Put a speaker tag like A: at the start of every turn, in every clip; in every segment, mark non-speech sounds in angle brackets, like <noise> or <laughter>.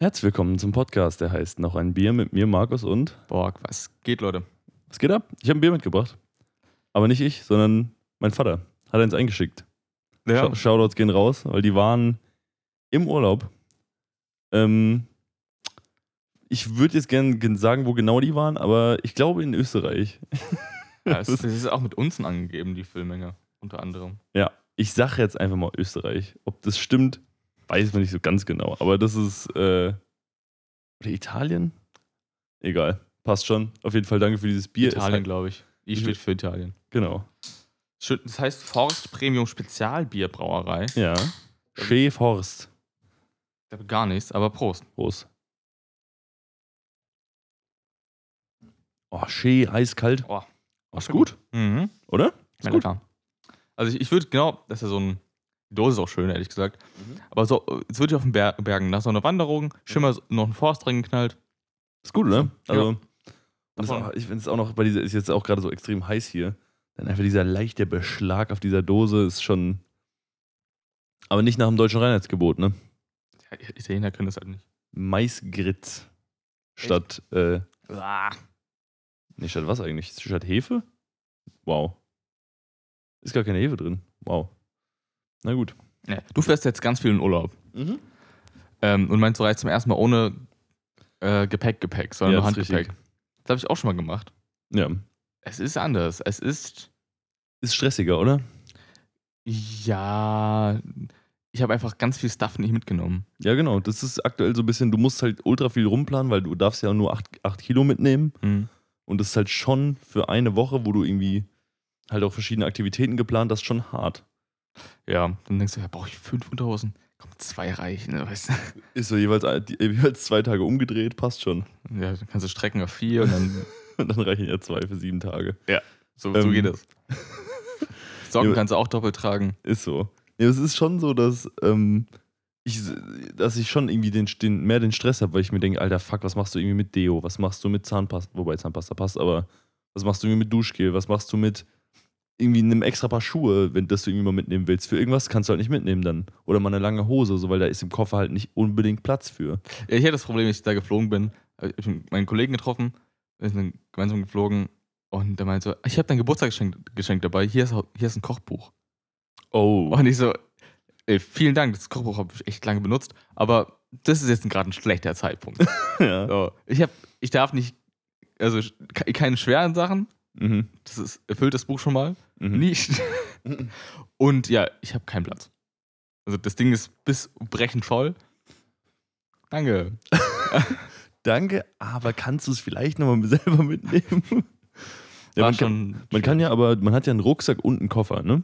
A: Herzlich willkommen zum Podcast, der heißt Noch ein Bier mit mir, Markus und.
B: Borg, was geht, Leute?
A: Was geht ab? Ich habe ein Bier mitgebracht. Aber nicht ich, sondern mein Vater. Hat eins eingeschickt. Scha- <laughs> Shoutouts gehen raus, weil die waren im Urlaub. Ähm, ich würde jetzt gerne sagen, wo genau die waren, aber ich glaube in Österreich.
B: ja, es, es ist auch mit Unzen angegeben, die Füllmenge, unter anderem.
A: Ja, ich sage jetzt einfach mal Österreich. Ob das stimmt, weiß man nicht so ganz genau. Aber das ist. Äh, oder Italien? Egal. Passt schon. Auf jeden Fall danke für dieses Bier. Es
B: Italien,
A: hat-
B: glaube ich. I
A: Mhm.
B: steht für Italien.
A: Genau.
B: Schön, Das heißt Forst Premium Spezialbierbrauerei.
A: Ja. Chef Horst.
B: Ich glaube gar nichts, aber Prost.
A: Groß. Oh, schön eiskalt.
B: Oh.
A: Oh, ist gut,
B: Mhm.
A: oder?
B: Ist
A: Ist
B: gut. Also ich, ich würde, genau, das ist ja so ein. Die Dose ist auch schön, ehrlich gesagt.
A: Mhm.
B: Aber so, äh, jetzt würde ich auf den Ber Bergen, nach so einer Wanderung, schon mal so- noch einen Forst reingeknallt.
A: Ist gut, ne? Also,
B: Ja.
A: und das,
B: Davon.
A: auch- ich finde es auch noch, bei dieser ist jetzt auch gerade so extrem heiß hier. Dann einfach dieser leichte Beschlag auf dieser Dose ist schon. Aber nicht nach dem deutschen Reinheitsgebot, ne?
B: Ja, Italiener können das halt nicht.
A: Maisgrit. Statt, äh,
B: Ah.
A: nee, statt was eigentlich? Statt Hefe? Wow. Ist gar keine Hefe drin. Wow. Na gut.
B: Ja, Du fährst jetzt ganz viel in Urlaub.
A: Mhm.
B: Ähm, und meinst, du reist zum ersten Mal ohne äh, Gepäck, Gepäck, sondern
A: Ja,
B: nur
A: das ist
B: Handgepäck. Das habe ich auch schon mal gemacht.
A: Ja.
B: Es ist anders. Es ist,
A: Ist stressiger, oder?
B: ja, ich habe einfach ganz viel Stuff nicht mitgenommen.
A: Ja, genau. Das ist aktuell so ein bisschen, du musst halt ultra viel rumplanen, weil du darfst ja nur 8 acht Kilo mitnehmen.
B: Mhm.
A: Und das ist halt schon für eine Woche, wo du irgendwie halt auch verschiedene Aktivitäten geplant hast, schon hart.
B: Ja, dann denkst du, ja, brauche ich fünf Unterhosen? Komm, zwei reichen, ne, weißt du?
A: Ist so jeweils, ein- die- <laughs> jeweils zwei Tage umgedreht, passt schon.
B: <laughs>
A: <laughs>
B: Ja, dann kannst du strecken auf vier und <laughs> dann,
A: Und dann reichen ja zwei für sieben Tage.
B: so,
A: Ähm.
B: so geht <laughs> das. Socken
A: Ja.
B: kannst du auch doppelt tragen.
A: Ist so. Ja, es ist schon so, dass, ähm, ich, dass ich schon irgendwie den, den, mehr den Stress habe, weil ich mir denke, alter Fuck, was machst du irgendwie mit Deo? Was machst du mit Zahnpasta? Wobei Zahnpasta passt, aber was machst du irgendwie mit Duschgel? Was machst du mit irgendwie einem extra Paar Schuhe, wenn das du irgendwie mal mitnehmen willst? Für irgendwas kannst du halt nicht mitnehmen dann. Oder mal eine lange Hose, so weil da ist im Koffer halt nicht unbedingt Platz für.
B: Ja, ich hatte das Problem, als ich da geflogen bin, hab ich hab meinen Kollegen getroffen, wir sind dann gemeinsam geflogen und der meinte so, ich habe dein Geburtstagsgeschenk Geschenk dabei, hier ist, hier ist ein Kochbuch.
A: Oh.
B: Und ich so, ey, vielen Dank, das Kochbuch habe ich echt lange benutzt, aber das ist jetzt gerade ein schlechter Zeitpunkt.
A: <laughs> Ja.
B: so, ich, hab, ich darf nicht, also ke- keine schweren Sachen,
A: Mhm.
B: das ist, erfüllt das Buch schon mal,
A: Mhm.
B: nicht. <laughs> Und ja, ich habe keinen Platz. Also das Ding ist bis brechend voll. Danke.
A: Danke, aber kannst du es vielleicht nochmal <laughs> selber mitnehmen? Ja,
B: War
A: man, kann,
B: schon
A: man kann ja aber, man hat ja einen Rucksack und einen Koffer, ne?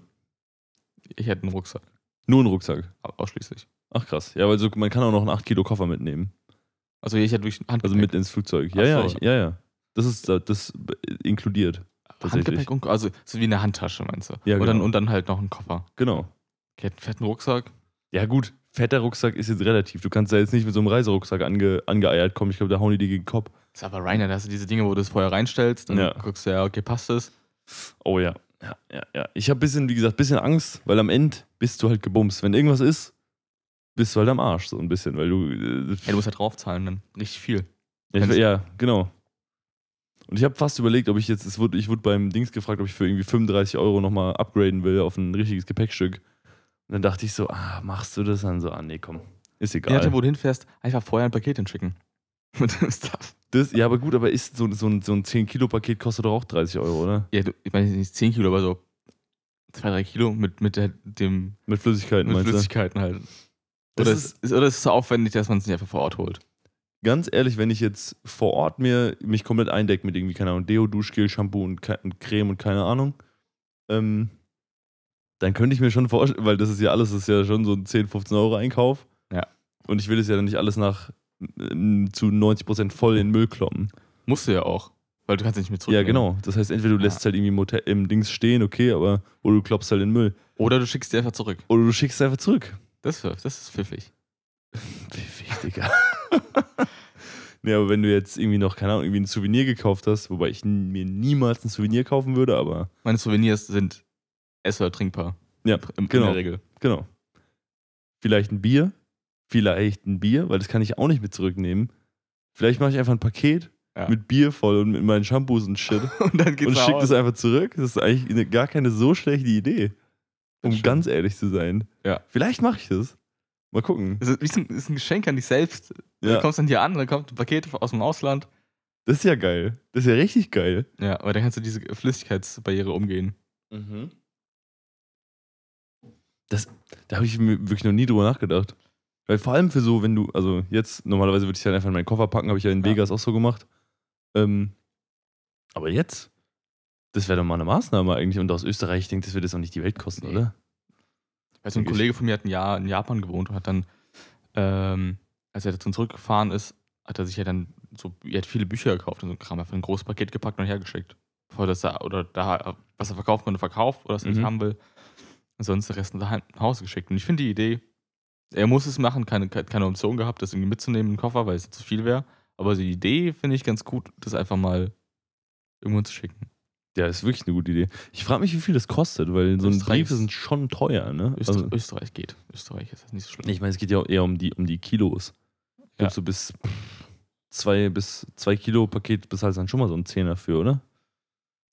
B: Ich hätte einen Rucksack.
A: Nur einen Rucksack.
B: Au- Ausschließlich.
A: Ach krass. Ja, weil so, man kann auch noch einen 8 Kilo Koffer mitnehmen.
B: Also ich hätte wirklich ein Handgepäck.
A: Also mit ins Flugzeug. Ja,
B: Ach
A: ja,
B: so.
A: ich, ja, ja. Das ist da- das b- inkludiert. tatsächlich.
B: Handgepäck und also so wie eine Handtasche, meinst du?
A: Ja,
B: und, dann,
A: genau.
B: und dann halt noch ein Koffer.
A: Genau.
B: Okay, einen fetten Rucksack.
A: Ja, gut, fetter Rucksack ist jetzt relativ. Du kannst da jetzt nicht mit so einem Reiserucksack ange, angeeiert kommen. Ich glaube, da hauen die dir gegen den Kopf.
B: Das ist aber Rainer, da hast du diese Dinge, wo du es vorher reinstellst, dann
A: Ja.
B: guckst du ja, okay, passt das?
A: Oh ja. Ja, ja, ja. Ich habe bisschen, wie gesagt, bisschen Angst, weil am Ende bist du halt gebumst. Wenn irgendwas ist, bist du halt am Arsch, so ein bisschen, weil du. Äh,
B: Ja, du musst ja draufzahlen, dann richtig viel.
A: Ja, ich,
B: Kannst-
A: ja, genau. Und ich habe fast überlegt, ob ich jetzt, es wurde, ich wurde beim Dings gefragt, ob ich für irgendwie 35 Euro nochmal upgraden will auf ein richtiges Gepäckstück. Und dann dachte ich so, ah, machst du das dann so? Ah, nee, komm, ist
B: Je
A: egal.
B: nachdem, wo du hinfährst, einfach vorher ein Paket hinschicken. <laughs> Mit dem Stuff.
A: das, ja, aber gut, aber ist so, so ein, so ein 10-Kilo-Paket kostet doch auch 30 Euro, oder?
B: Ja, du, ich meine nicht 10 Kilo, aber so 2, 3 Kilo mit, mit der, dem
A: Mit Flüssigkeiten,
B: mit
A: meinst
B: Flüssigkeiten halt.
A: du?
B: Oder
A: Das
B: es
A: ist,
B: ist, oder es ist so aufwendig, dass man es nicht einfach vor Ort holt.
A: ganz ehrlich, wenn ich jetzt vor Ort mir mich komplett eindecke mit irgendwie, keine Ahnung, Deo, Duschgel, Shampoo und, ke- und Creme und keine Ahnung, ähm, dann könnte ich mir schon vorstellen, weil das ist ja alles, das ist ja schon so ein 10, 15 Euro Einkauf.
B: Ja.
A: Und ich will das ja dann nicht alles nach ähm, zu 90% voll in den Müll kloppen.
B: Musst du ja auch, weil du kannst es nicht mehr
A: Ja,
B: zurücknehmen.
A: genau. Das heißt, entweder du lässt es halt irgendwie im, Hotel, im Dings stehen, okay, aber oder du kloppst halt in den Müll.
B: Oder du schickst die einfach zurück.
A: Oder du schickst es einfach zurück.
B: Das, ist- das ist pfiffig.
A: Pfiffig, Digga. <laughs> nee, aber wenn du jetzt irgendwie noch, keine Ahnung, irgendwie ein Souvenir gekauft hast, wobei ich n- mir niemals ein Souvenir kaufen würde, aber
B: Meine Souvenirs sind ess- oder trinkbar.
A: Ja,
B: Im,
A: genau.
B: in der Regel. <laughs>
A: genau. Vielleicht ein Bier, vielleicht ein Bier, weil das kann ich auch nicht mit zurücknehmen. Vielleicht mache ich einfach ein Paket
B: Ja.
A: mit Bier voll und mit meinen Shampoos und Shit
B: Und dann <laughs> geht's
A: und
B: nach
A: schicke das
B: Hause.
A: einfach zurück. Das ist eigentlich eine, gar keine so schlechte Idee,
B: Das
A: um
B: stimmt.
A: ganz ehrlich zu sein.
B: Ja.
A: Vielleicht mache ich das. Mal gucken.
B: Das ist, wie so ein- ist ein Geschenk an dich selbst. Du
A: Ja,
B: kommst dann hier an, dann kommt ein Paket aus dem Ausland.
A: das ist ja geil. Das ist ja richtig geil.
B: Ja, aber dann kannst du diese Flüssigkeitsbarriere umgehen. Mhm.
A: Das, da habe ich mir wirklich noch nie drüber nachgedacht. Weil vor allem für so, wenn du, also jetzt, normalerweise würde ich es halt einfach in meinen Koffer packen, habe ich ja in
B: Ja.
A: Vegas auch so gemacht. Ähm, aber jetzt, das wäre doch mal eine Maßnahme eigentlich. Und aus Österreich, ich denke, das wird jetzt auch nicht die Welt kosten,
B: Nee.
A: oder?
B: Also ein
A: Denke ich.
B: Kollege von mir hat ein Jahr in Japan gewohnt und hat dann, ähm, als er dazu zurückgefahren ist, hat er sich ja dann so, er hat viele Bücher gekauft und so ein Kram, einfach in ein großes Paket gepackt und hergeschickt. Bevor das er, oder da, was er verkaufen konnte, verkauft oder was er
A: Mhm.
B: nicht haben will. Und sonst den Rest nach Hause geschickt. Und ich finde die Idee, er muss es machen, keine, keine Option gehabt, das irgendwie mitzunehmen im Koffer, weil es zu viel wäre. Aber die Idee finde ich ganz gut, das einfach mal irgendwo zu schicken.
A: Ja, ist wirklich eine gute Idee. Ich frage mich, wie viel das kostet, weil so ein
B: Österreich
A: Briefe
B: ist-
A: sind schon teuer, ne?
B: Öster
A: Also,
B: Österreich geht. Österreich ist das nicht so schlimm.
A: ich meine, es geht ja auch eher um die, um die Kilos. Ich
B: Ja.
A: glaube, so bis zwei, bis zwei Kilo Paket bis halt dann schon mal so ein Zehner für, oder?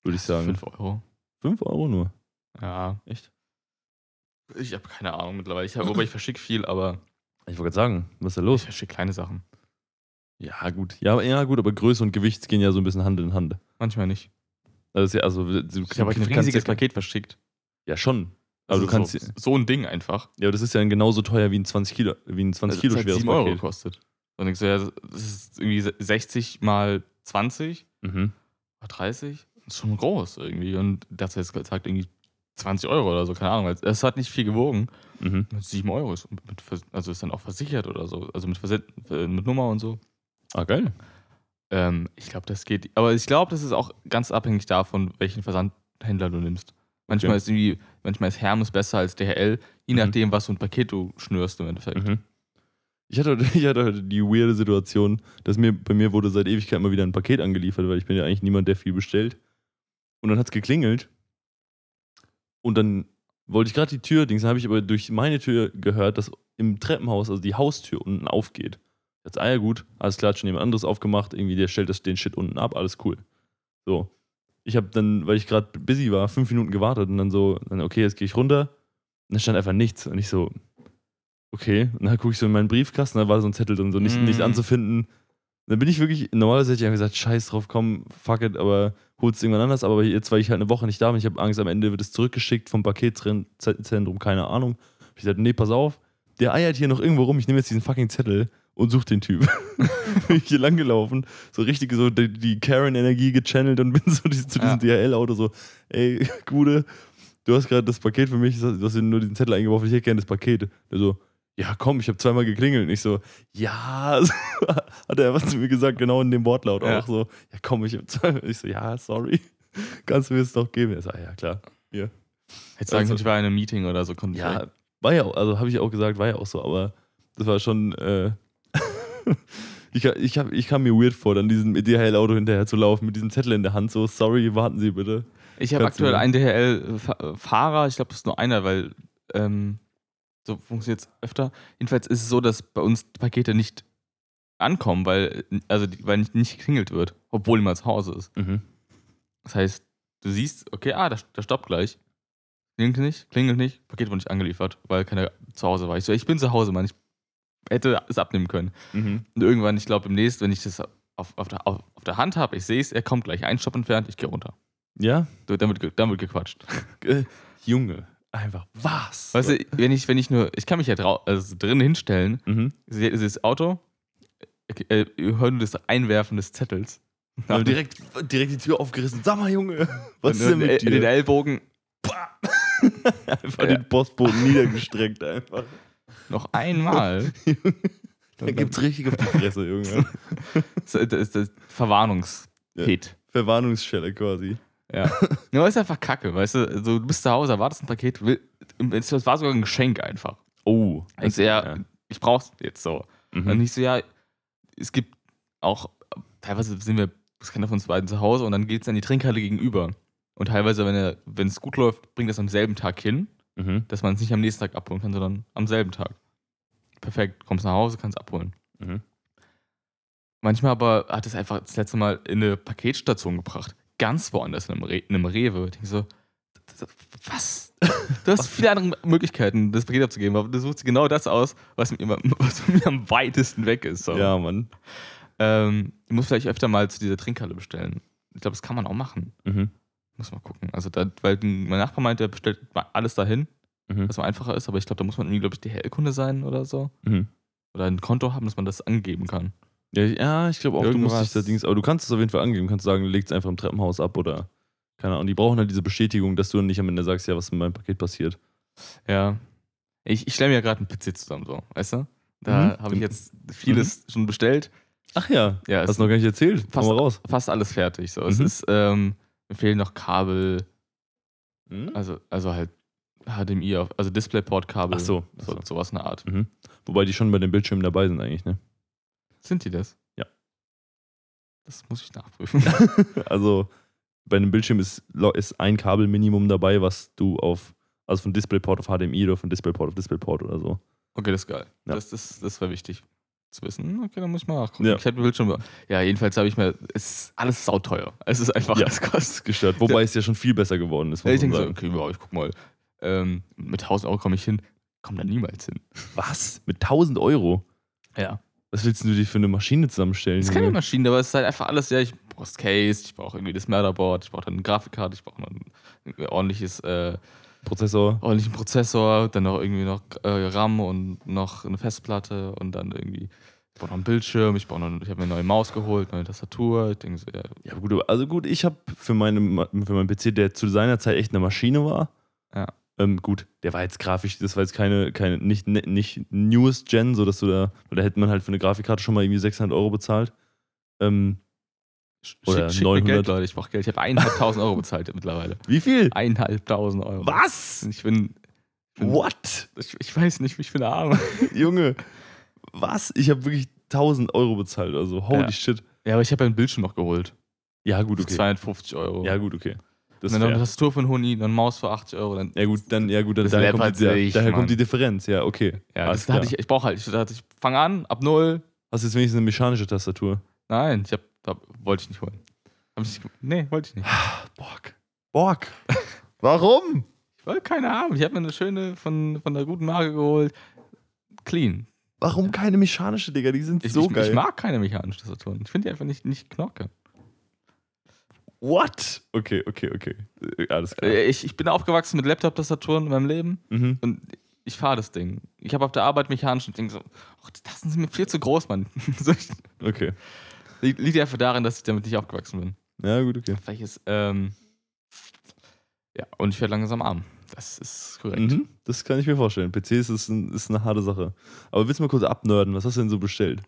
A: Würde ich sagen.
B: 5 Euro.
A: Fünf Euro nur.
B: Ja,
A: Echt?
B: Ich habe keine Ahnung mittlerweile. Ich hab, wobei ich verschicke viel, aber
A: Ich wollte gerade sagen, was ist da
B: ich
A: los?
B: verschicke kleine Sachen.
A: Ja, gut. Ja, aber- ja, gut, aber Größe und Gewicht gehen ja so ein bisschen Hand in Hand.
B: Manchmal nicht.
A: Also, ist ja, also du
B: Ich habe ein
A: kannst
B: riesiges
A: ja,
B: Paket verschickt. Also
A: Ja, schon. Aber du kannst.
B: so, so ein Ding einfach. Also
A: Ja, aber das ist ja genauso teuer wie ein 20 Kilo, wie ein 20 Kilo
B: das hat
A: schweres
B: 7 Euro
A: Paket.
B: gekostet. Und ich so, ja, das ist irgendwie se- 60 mal 20
A: Mhm.
B: oder 30. Das ist schon groß irgendwie. Und das hat jetzt gesagt, irgendwie 20 Euro oder so, keine Ahnung. weil Es hat nicht viel gewogen.
A: Mhm.
B: Mit 7 Euro. Ist, mit, Vers- also ist dann auch versichert oder so. Also mit, Versend, äh, mit Nummer und so.
A: Ah, geil.
B: Ähm, ich glaube, das geht. Aber ich glaube, das ist auch ganz abhängig davon, welchen Versandhändler du nimmst. Manchmal
A: Okay.
B: ist irgendwie, manchmal ist Hermes besser als DHL, je
A: Mhm.
B: nachdem, was für ein Paket du schnürst im Endeffekt.
A: Mhm. Ich hatte, heute, <laughs> ich hatte heute die weirde Situation, dass mir bei mir wurde seit Ewigkeit mal wieder ein Paket angeliefert, weil ich bin ja eigentlich niemand, der viel bestellt. Und dann hat es geklingelt. Und dann wollte ich gerade die Tür, Dings, dann habe ich aber durch meine Tür gehört, dass im Treppenhaus, also die Haustür unten aufgeht. Jetzt, ah ja, gut, alles klar, hat schon jemand anderes aufgemacht, irgendwie der stellt das, den Shit unten ab, alles cool. So. Ich habe dann, weil ich gerade busy war, fünf Minuten gewartet und dann so, dann, okay, jetzt gehe ich runter. Und dann stand einfach nichts. Und ich so, okay. Und dann gucke ich so in meinen Briefkasten, da war so ein Zettel drin, so nicht,
B: Mm.
A: nicht anzufinden. Dann bin ich wirklich, normalerweise hätte ich einfach gesagt, scheiß drauf, komm, fuck it, aber hol's irgendwann anders. Aber jetzt, weil ich halt eine Woche nicht da bin, ich habe Angst, am Ende wird es zurückgeschickt vom Paketzentrum, keine Ahnung. Hab Ich sagte, nee, pass auf, der eiert hier noch irgendwo rum, ich nehme jetzt diesen fucking Zettel und suche den Typ. bin ich hier lang gelaufen, so richtig so die, die Karen-Energie gechannelt und bin so die, zu diesem DHL-Auto so, ey, <laughs> Gude, du hast gerade das Paket für mich, du hast dir nur diesen Zettel eingeworfen, ich hätte gerne das Paket. Der so, ja komm, ich habe zweimal geklingelt. Und ich so, ja, <laughs> so, hat er was zu mir gesagt, genau in dem Wortlaut
B: Ja.
A: auch so, ja komm, ich hab zweimal, ich so, ja, sorry, <laughs> kannst du mir es doch geben? Er so, "Ah, ja klar.
B: Hätte sagen
A: Also-
B: können, ich war in einem Meeting oder so. Konnte
A: Ja, war ja auch, also habe ich auch gesagt, war ja auch so, aber das war schon. Äh, <laughs> ich, ka- ich, hab, ich kam mir weird vor, dann diesem DHL-Auto hinterher zu laufen, mit diesem Zettel in der Hand, so, sorry, warten Sie bitte.
B: Ich habe
A: Kannst du-
B: aktuell einen DHL-Fahrer, ich glaube, das ist nur einer, weil ähm, so funktioniert es öfter. Jedenfalls ist es so, dass bei uns die Pakete nicht ankommen, weil, also, die- weil nicht, nicht geklingelt wird, obwohl jemand zu Hause ist. Das heißt, du siehst, okay, ah, da, da stoppt gleich. Klingelt nicht, klingelt nicht, Paket wurde nicht angeliefert, weil keiner zu Hause war. Ich so, ich bin zu Hause, Mann. Ich hätte es abnehmen können.
A: Mhm.
B: Und irgendwann, ich glaube, demnächst, wenn ich das auf, auf, der, auf, auf der Hand habe, ich sehe es, er kommt gleich, ein Stopp entfernt, ich gehe runter.
A: Ja,
B: So, Dann wird, ge- dann wird gequatscht.
A: äh, Junge, einfach was?
B: Weißt du, wenn ich, wenn ich nur, ich kann mich ja drau also drin hinstellen, <laughs>
A: Mhm.
B: sehe sehe das Auto, äh, höre nur das Einwerfen des Zettels.
A: Dann direkt, direkt die Tür aufgerissen. Sag mal, Junge, <laughs> was
B: Und
A: ist denn
B: den-
A: mit
B: äh, Den
A: dir?
B: Ellbogen
A: Einfach
B: Ja.
A: den
B: <laughs>
A: Postboten niedergestreckt einfach.
B: noch
A: <laughs>
B: einmal.
A: Da gibt's richtig auf die Fresse,
B: <laughs>
A: Junge.
B: Das ist das Verwarnungshit.
A: Verwarnungsschelle quasi.
B: Ja. Nur ist einfach kacke, weißt du? Also, du bist zu Hause, erwartest ein Paket. will- Es war sogar ein Geschenk einfach.
A: Oh.
B: Ich so, ja, ich brauch's jetzt so. Und
A: Mhm.
B: ich so, ja, es gibt auch, teilweise sind wir, das kann von uns beiden zu Hause und dann geht's an die Trinkhalle gegenüber. Und teilweise, wenn er, wenn es gut läuft, bringt das am selben Tag hin,
A: Mhm.
B: dass man es nicht am nächsten Tag abholen kann, sondern am selben Tag. perfekt, kommst nach Hause, kannst abholen.
A: Mhm.
B: Manchmal aber hat es einfach das letzte Mal in eine Paketstation gebracht. Ganz woanders, in einem, Re in einem Rewe. Ich denk so, das- das- was?
A: <laughs>
B: Du hast viele andere Möglichkeiten, das Paket abzugeben, aber du suchst dir genau das aus, was mir, was von mir am weitesten weg ist. So.
A: Ja, Mann.
B: Ähm, ich muss vielleicht öfter mal zu dieser Trinkhalle bestellen. Ich glaube, das kann man auch machen.
A: Mhm.
B: Muss mal gucken. Also, da, weil mein Nachbar meint, der bestellt mal alles dahin,
A: Mhm.
B: was mal einfacher ist, aber ich glaube, da muss man irgendwie, glaube ich, DHL-Kunde sein oder so.
A: Mhm.
B: Oder ein Konto haben, dass man das angeben kann.
A: Ja, ich- ja, ich glaube auch, du musst dich
B: Irgendwas-
A: da Dings. Aber du kannst es auf jeden Fall angeben. Kannst sagen, legt es einfach im Treppenhaus ab oder. Keine Ahnung. Die brauchen halt diese Bestätigung, dass du dann nicht am Ende sagst, ja, was mit meinem Paket passiert.
B: Ja. Ich, ich stelle mir ja gerade einen PC zusammen, so, weißt du? Da
A: Mhm.
B: habe ich jetzt vieles schon bestellt.
A: Ach ja.
B: Ja,
A: Hast
B: ist
A: du noch gar nicht erzählt. Fass
B: Fast-
A: mal raus.
B: fast alles fertig. So. Es
A: Also Mhm.
B: ist, ähm, mir fehlen noch Kabel,
A: Mhm.
B: also, also halt HDMI, auf, also Displayport-Kabel.
A: Ach so. Ach
B: so.
A: so.
B: Sowas in der Art.
A: Wobei die schon bei den Bildschirmen dabei sind, eigentlich, ne?
B: Sind die das?
A: Ja.
B: Das muss ich
A: <laughs>
B: nachprüfen.
A: <laughs> Also bei einem Bildschirm ist, lau- ist ein Kabel Minimum dabei, was du auf, also von DisplayPort auf HDMI oder von DisplayPort auf DisplayPort oder so.
B: Okay, das ist geil.
A: Ja.
B: Das, das, das war wichtig zu wissen. Okay, dann muss ich mal nachgucken.
A: Ja.
B: Ich hätte Bildschirm. Ja, jedenfalls habe ich mir. Es ist alles sauteuer. Es ist einfach.
A: Ja.
B: Es kostet.
A: Gestört. Wobei es ja schon viel besser geworden ist. muss
B: Ich
A: man
B: denke so,
A: sagen.
B: okay, wow, ich guck mal. Ähm, mit 1000 Euro komme ich hin. Komm da niemals hin.
A: Was? Mit 1000 Euro?
B: Ja.
A: Was willst du dir für eine Maschine zusammenstellen?
B: Es ist keine
A: Junge?
B: Maschine, aber es ist halt einfach alles. Ja, ich brauche das Case, ich brauche irgendwie das Motherboard, ich brauche dann eine Grafikkarte, ich brauche noch ein ein ordentliches, äh,
A: Prozessor.
B: ordentlichen Prozessor, dann noch irgendwie noch äh, RAM und noch eine Festplatte und dann irgendwie. Ich brauche noch einen Bildschirm, ich, brauch noch, ich habe mir eine neue Maus geholt, neue Tastatur. Ich denke so, ja,
A: Ja, gut, aber- also gut, ich habe für, meine, Ma- für meinen PC, der zu seiner Zeit echt eine Maschine war.
B: Ja.
A: Ähm, gut, der war jetzt grafisch, das war jetzt keine, keine nicht, ne- nicht newest Gen, so dass du da, weil da hätte man halt für eine Grafikkarte schon mal irgendwie 600 Euro bezahlt. Ähm, Oder
B: Schick, schick mir
A: 900.
B: Geld, Leute, ich brauche Geld. Ich habe 1.500 Euro bezahlt
A: <laughs>
B: mittlerweile.
A: wie viel?
B: 1.500 Euro.
A: Was?
B: Ich bin, Hm.
A: What?
B: ich, ich weiß nicht, wie ich bin arm.
A: Junge, was? Ich habe wirklich 1000 Euro bezahlt, also holy
B: Ja.
A: shit.
B: Ja, aber ich habe ja einen Bildschirm noch geholt.
A: Ja, gut,
B: Für
A: okay.
B: 250 Euro.
A: Ja, gut, okay. Das
B: und
A: ist
B: dann noch eine
A: fair.
B: Tastatur für einen Huni, dann eine Maus für 80 Euro. Dann,
A: ja, gut, dann, ja, gut, dann
B: Das
A: daher,
B: läppert
A: kommt die, ja,
B: sich,
A: daher
B: Mann.
A: kommt die Differenz, ja, okay.
B: ja,
A: Alles
B: das hatte
A: klar.
B: ich, ich brauche halt, ich dachte, ich fange an, ab null.
A: Hast du jetzt wenigstens eine mechanische Tastatur?
B: Nein, ich hab, hab, wollte ich nicht holen. Hab ich, nicht- nee, wollte ich nicht.
A: Borg. Borg. <laughs> Warum?
B: Ich wollte keine haben. Ich habe mir eine schöne von, von der guten Marke geholt. Clean.
A: Warum keine mechanische, Digga? Die sind
B: Ich,
A: so
B: ich,
A: geil.
B: ich mag keine mechanischen Tastaturen. Ich finde die einfach nicht, nicht knorke.
A: What? Okay, okay, okay. Äh, Alles klar.
B: Äh, Ich, ich bin aufgewachsen mit Laptop-Tastaturen in meinem Leben
A: Mhm.
B: und ich fahre das Ding. Ich habe auf der Arbeit mechanisch und denke so, ach, die Tasten sind mir viel zu groß, Mann. <laughs> so, ich,
A: Okay.
B: li- liegt einfach daran, dass ich damit nicht aufgewachsen bin.
A: Ja, gut, okay.
B: Welches, ähm, ja, und ich werde langsam arm. Das ist korrekt.
A: Mhm. Das kann ich mir vorstellen. PCs ist, ein, ist eine harte Sache. Aber willst du mal kurz abnörden? Was hast du denn so bestellt?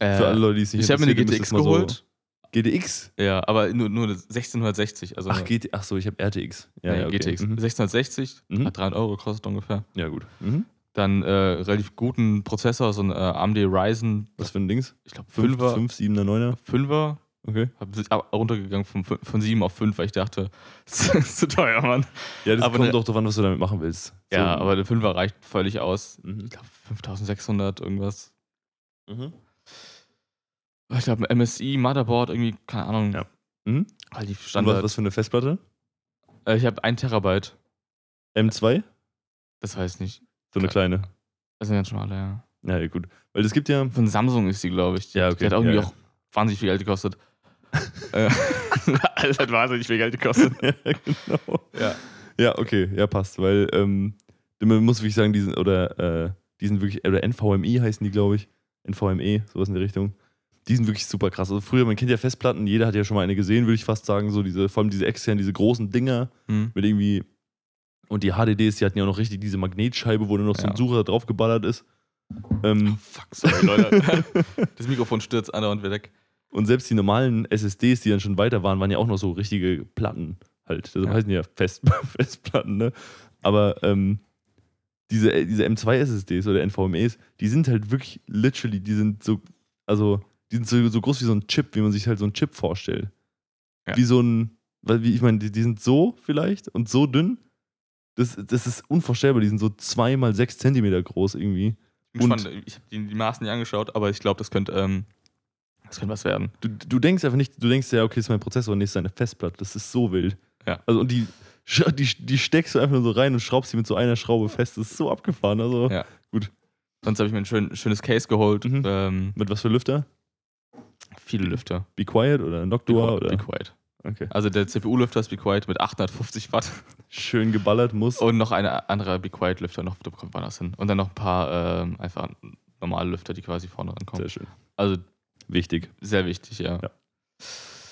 B: Äh,
A: Für alle Leute, die es nicht
B: ich habe mir eine
A: interessiert, müsst
B: GTX
A: ihr es mal
B: geholt.
A: So GTX?
B: Ja, aber nur, nur eine 1660. Also
A: Ach,
B: eine-
A: GT, ach so, ich habe RTX. Ja,
B: nee,
A: ja, okay.
B: GTX.
A: Mhm.
B: 1660,
A: Mhm.
B: hat 3 Euro gekostet ungefähr.
A: Ja, gut. Mhm.
B: Dann äh, relativ guten Prozessor, so ein äh, AMD Ryzen,
A: Was für ein Dings?
B: ich glaube
A: 5,
B: 5er.
A: 5 7er, 9er?
B: 5er.
A: Okay.
B: Hab sich ab- runtergegangen von, fün- von 7 auf 5, weil ich dachte, <laughs> das ist zu teuer, Mann.
A: Ja, das
B: Aber
A: kommt
B: ne-
A: doch davon, was du damit machen willst.
B: Ja, aber der 5er reicht völlig aus.
A: Mhm.
B: Ich glaube 5600 irgendwas.
A: Mhm.
B: Ich glaube ein MSI, Motherboard, irgendwie, keine Ahnung.
A: Ja. Mhm.
B: Halt die
A: Und was,
B: Standard.
A: was für eine Festplatte?
B: Äh, Ich habe 1 Terabyte.
A: M2?
B: Das weiß nicht.
A: So eine
B: Ke-
A: kleine.
B: Das sind ganz normale, ja.
A: Ja, ja, gut. Weil es gibt ja. <laughs>
B: Von Samsung ist die, glaube ich. Die,
A: Ja, okay.
B: die hat irgendwie
A: Ja, ja.
B: auch wahnsinnig viel Geld <laughs> gekostet. Äh, Alles hat wahnsinnig viel Geld gekostet.
A: ja, genau.
B: Ja.
A: Ja, okay, ja, passt. Weil ähm, man muss wirklich sagen, die sind, oder äh, die sind wirklich, oder NVMe E heißen die, glaube ich. NVMe, E, sowas in der Richtung. Die sind wirklich super krass. Also früher, man kennt ja Festplatten, jeder hat ja schon mal eine gesehen, würde ich fast sagen. So diese, vor allem diese externen, diese großen Dinger
B: Hm.
A: mit irgendwie. Und die HDDs, die hatten ja auch noch richtig diese Magnetscheibe, wo nur noch so ein
B: Ja.
A: Sucher draufgeballert ist. Ähm,
B: Fuck,
A: <laughs>
B: sorry, Leute. <laughs> das Mikrofon stürzt an und wir weg.
A: Und selbst die normalen SSDs, die dann schon weiter waren, waren ja auch noch so richtige Platten halt. Deshalb
B: Ja.
A: heißen die ja Fest <laughs> Festplatten, ne? Aber ähm, diese, äh, diese M2-SSDs oder NVMEs, die sind halt wirklich literally, die sind so, also, die sind so, so groß wie so ein Chip, wie man sich halt so einen Chip vorstellt.
B: Ja.
A: Wie so ein, weil wie, ich meine, die, die sind so vielleicht und so dünn. Das, das ist unvorstellbar, die sind so 2 mal 6 Zentimeter groß irgendwie.
B: Ich bin
A: Und-
B: gespannt. Ich habe die, die Maßen nicht angeschaut, aber ich glaube, das könnte ähm, das könnte was werden.
A: Du, du denkst einfach nicht, du denkst ja, okay, das ist mein Prozessor und nicht seine Festplatte. Das ist so wild.
B: Ja.
A: Also und die, sch- die, die steckst du einfach nur so rein und schraubst sie mit so einer Schraube fest. Das ist so abgefahren. Also
B: Ja. Sonst habe ich mir ein schön, schönes Case geholt.
A: Mhm.
B: Ähm,
A: mit was für Lüfter?
B: viele Lüfter.
A: Be Quiet oder Noctua
B: Be
A: oder?
B: Quiet.
A: Okay.
B: Also der CPU-Lüfter ist Be Quiet mit
A: <laughs>
B: 850 Watt
A: Schön geballert muss.
B: und noch ein anderer Be Quiet-Lüfter, noch da kommt man das hin. Und dann noch ein paar ähm, einfach normale Lüfter, die quasi vorne rankommen.
A: Sehr schön.
B: Also
A: Wichtig.
B: sehr wichtig, ja.
A: Ja.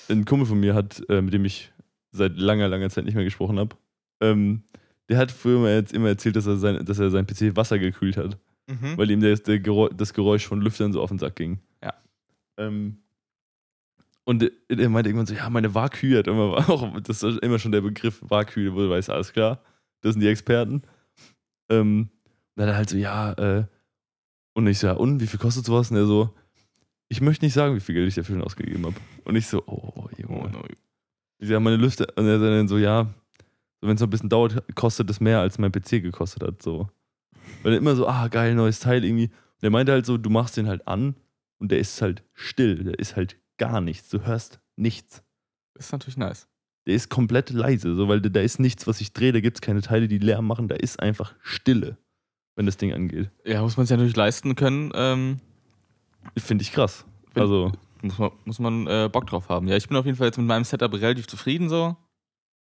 A: Ein Kumpel von mir hat, äh, mit dem ich seit langer, langer Zeit nicht mehr gesprochen habe, ähm, der hat früher mal jetzt immer erzählt, dass er, sein, dass er sein PC wassergekühlt hat.
B: Mhm.
A: weil ihm der, der Geräu- das Geräusch von Lüftern so auf den Sack ging.
B: Ja.
A: Ähm, und er- er meinte irgendwann so, ja, meine Warkühe hat immer, <laughs> auch, das ist immer schon der Begriff Warkühe, wo du weißt, alles klar, das sind die Experten. Ähm, und dann halt so, ja, äh, und ich so, ja, und, wie viel kostet sowas? Und er so, ich möchte nicht sagen, wie viel Geld ich dafür schon ausgegeben habe. Und ich so, oh, Junge.
B: Oh, no.
A: Ich so, ja, meine Lüfter. Und er dann so, ja, wenn es noch ein bisschen dauert, kostet es mehr, als mein PC gekostet hat. So. Weil er immer so, ah, geil, neues Teil irgendwie. Und er meinte halt so, du machst den halt an und der ist halt still. Der ist halt gar nichts. Du hörst nichts.
B: Ist natürlich nice.
A: Der ist komplett leise, so, weil da- da ist nichts, was ich drehe. Da gibt es keine Teile, die Lärm machen. Da ist einfach Stille, wenn das Ding angeht.
B: Ja, muss man es ja natürlich leisten können. Ähm,
A: Finde ich krass.
B: Wenn-
A: Also,
B: muss man, muss man äh, Bock drauf haben. Ja, ich bin auf jeden Fall jetzt mit meinem Setup relativ zufrieden so.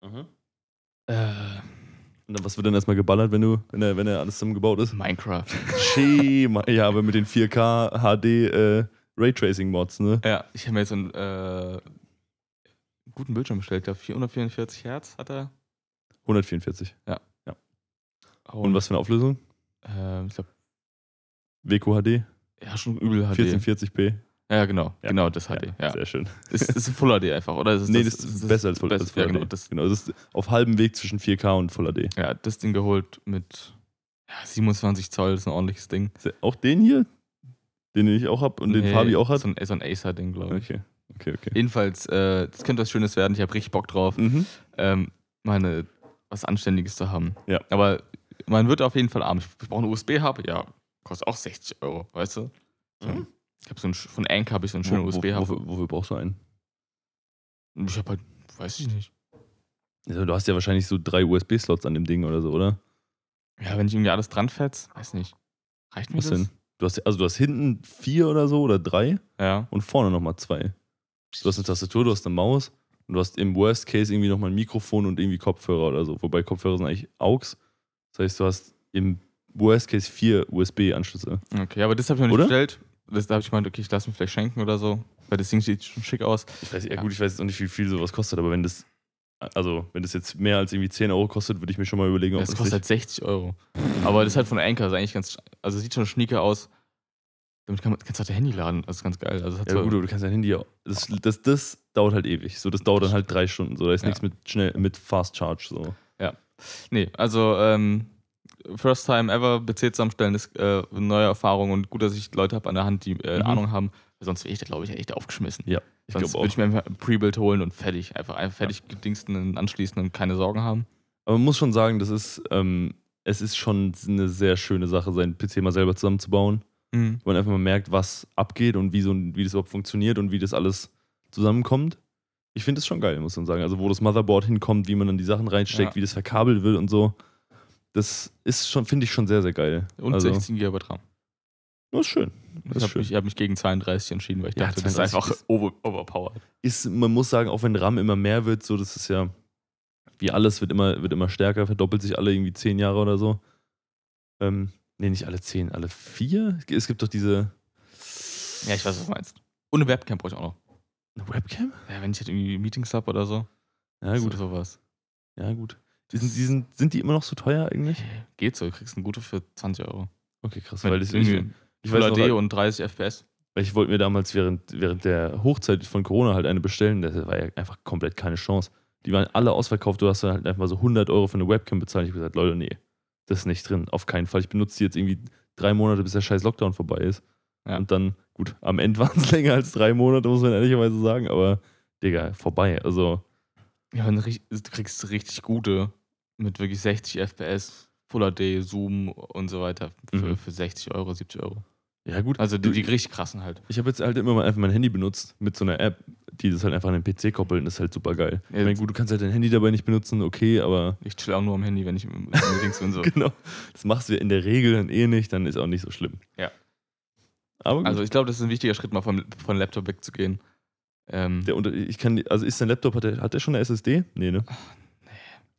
B: Äh,
A: und dann, was wird dann erstmal geballert, wenn, du, wenn, er, wenn er alles zusammengebaut ist?
B: Minecraft.
A: Schema. Ja, aber mit den 4K HD äh, Raytracing-Mods, ne?
B: Ja, ich habe mir jetzt einen äh, guten Bildschirm bestellt. Der 444 Hertz hat er.
A: 144. Und
B: Und,
A: was für eine Auflösung?
B: ähm, ich glaube,
A: WQHD?
B: ja, schon übel HD.
A: 1440p?
B: Ja, genau.
A: Ja.
B: genau, das hatte ich. Ja.
A: Sehr schön.
B: Ist, ist ein Full HD einfach, oder? Ist
A: nee, das, ist besser als Full,
B: best-
A: als Full
B: ja,
A: HD.
B: genau, das,
A: genau, das ist auf halbem Weg zwischen 4K und Full HD.
B: ja, das Ding geholt mit ja, 27 Zoll, ist ein ordentliches Ding.
A: Se- Auch den hier? Den ich auch hab und den
B: Nee,
A: Fabi auch hat?
B: So ein, so ein Acer-Ding, glaube ich.
A: Okay, okay, okay.
B: Jedenfalls, äh, das könnte was Schönes werden. Ich habe richtig Bock drauf,
A: Mhm.
B: ähm, meine was Anständiges zu haben.
A: Ja.
B: Aber man wird auf jeden Fall arm. Ich brauche einen USB-Hub, ja, kostet auch 60 Euro, weißt du? So.
A: Mhm.
B: Ich habe so ein, von Ank habe ich so einen schönen
A: Wo- wo-
B: USB-Hub.
A: Wofür, wofür brauchst du einen?
B: Ich habe halt, weiß ich nicht.
A: Also, du hast ja wahrscheinlich so drei USB-Slots an dem Ding oder so, oder?
B: Ja, wenn ich irgendwie alles dran fetz, weiß nicht. Reicht mir
A: Was
B: das?
A: denn? Du hast, also, du hast hinten vier oder so oder drei
B: Ja.
A: und vorne nochmal zwei. Du hast eine Tastatur, du hast eine Maus und du hast im Worst Case irgendwie nochmal ein Mikrofon und irgendwie Kopfhörer oder so. Wobei Kopfhörer sind eigentlich AUX. Das heißt, du hast im Worst Case vier USB-Anschlüsse.
B: Okay, aber das habe ich noch nicht
A: Oder?
B: bestellt. Das, da habe ich gemeint, okay, ich lasse mir vielleicht schenken oder so. Weil das Ding sieht schon schick aus.
A: Ich weiß, ja, gut, ich weiß jetzt noch nicht, wie viel sowas kostet, aber wenn das, also wenn das jetzt mehr als irgendwie 10 Euro kostet, würde ich mir schon mal überlegen, ob
B: Das kostet halt 60 Euro. Aber das ist halt von Anker, ist eigentlich ganz. Also sieht schon schnieke aus. Damit kann man, kannst du halt dein Handy laden. Das ist ganz geil. Also es hat
A: Ja,
B: so,
A: gut, aber du kannst dein Handy. auch- Das, das, das dauert halt ewig. So, das dauert dann halt drei Stunden. So, da ist
B: Ja.
A: nichts mit schnell, mit Fast Charge. So.
B: Nee, also ähm, First Time Ever PC zusammenstellen ist äh, eine neue Erfahrung und gut, dass ich Leute habe an der Hand, die äh,
A: Mhm.
B: Ahnung haben. Weil Sonst wäre ich da, glaube ich, echt aufgeschmissen.
A: Ja, ich
B: Sonst
A: glaube
B: würde
A: auch.
B: ich mir einfach ein Pre-Build holen und fertig. Einfach ein fertig gedingsten und anschließen und keine Sorgen haben.
A: Aber man muss schon sagen, das ist, ähm, es ist schon eine sehr schöne Sache, seinen PC mal selber zusammenzubauen. Wo man einfach mal merkt, was abgeht und wie, so, ein- wie das überhaupt funktioniert und wie das alles zusammenkommt. Ich finde es schon geil, muss man sagen. Also, wo das Motherboard hinkommt, wie man dann die Sachen reinsteckt,
B: Ja.
A: wie das verkabelt wird und so. Das ist schon, finde ich schon sehr, sehr geil.
B: Und
A: also,
B: 16 GB RAM.
A: das ist schön. Das ist
B: Ich habe
A: schön.
B: mich, hab mich gegen 32 entschieden, weil ich
A: Ja,
B: dachte, das ist
A: 32
B: einfach
A: ist-
B: over, overpowered.
A: ist, man muss sagen, auch wenn RAM immer mehr wird, so, das ist ja, wie alles, wird immer, wird immer stärker, verdoppelt sich alle irgendwie zehn Jahre oder so. Ähm, nee, nicht alle zehn, alle vier? Es gibt doch diese.
B: Ja, ich weiß, was du meinst. Und eine Webcam brauche ich auch noch.
A: Eine Webcam?
B: Ja, wenn ich halt irgendwie Meetings habe oder so.
A: Ja, gut.
B: So, sowas.
A: Ja, gut. Die sind, die sind, sind die immer noch so teuer eigentlich?
B: Geht so, du kriegst eine gute für 20 Euro.
A: Okay, krass. Weil das
B: Mit
A: irgendwie, ich
B: Full
A: weiß noch, äh,
B: HD
A: weil
B: und 30 FPS.
A: ich wollte mir damals während, während der Hochzeit von Corona halt eine bestellen. Das war ja einfach komplett keine Chance. Die waren alle ausverkauft. Du hast dann halt einfach mal so 100 Euro für eine Webcam bezahlt. Ich habe gesagt, Leute, nee, das ist nicht drin. Auf keinen Fall. Ich benutze die jetzt irgendwie drei Monate, bis der scheiß Lockdown vorbei ist.
B: Ja.
A: Und dann, gut, am Ende <laughs> waren es länger als drei Monate, muss man ehrlicherweise sagen. Aber, Digga, vorbei. Also,
B: Ja, und ri- du kriegst richtig gute mit wirklich 60 FPS, Full HD, Zoom und so weiter für,
A: Mhm.
B: für 60 Euro, 70 Euro.
A: Ja, gut.
B: Also die,
A: Du,
B: die richtig krassen halt.
A: Ich habe jetzt halt immer mal einfach mein Handy benutzt mit so einer App, die das halt einfach an den PC koppeln, ist halt super geil. Ich
B: Ja,
A: meine, gut, du kannst halt dein Handy dabei nicht benutzen, okay, aber
B: Ich chill auch nur am Handy, wenn ich im
A: <laughs>
B: im Dings bin. So.
A: genau. Das machst du ja in der Regel dann eh nicht, dann ist auch nicht so schlimm.
B: Ja.
A: Aber gut.
B: Also ich glaube, das ist ein wichtiger Schritt, mal vom, von Laptop wegzugehen. Ähm,
A: der unter, ich kann, die- also ist dein Laptop, hat der, hat der schon eine SSD? Nee, ne?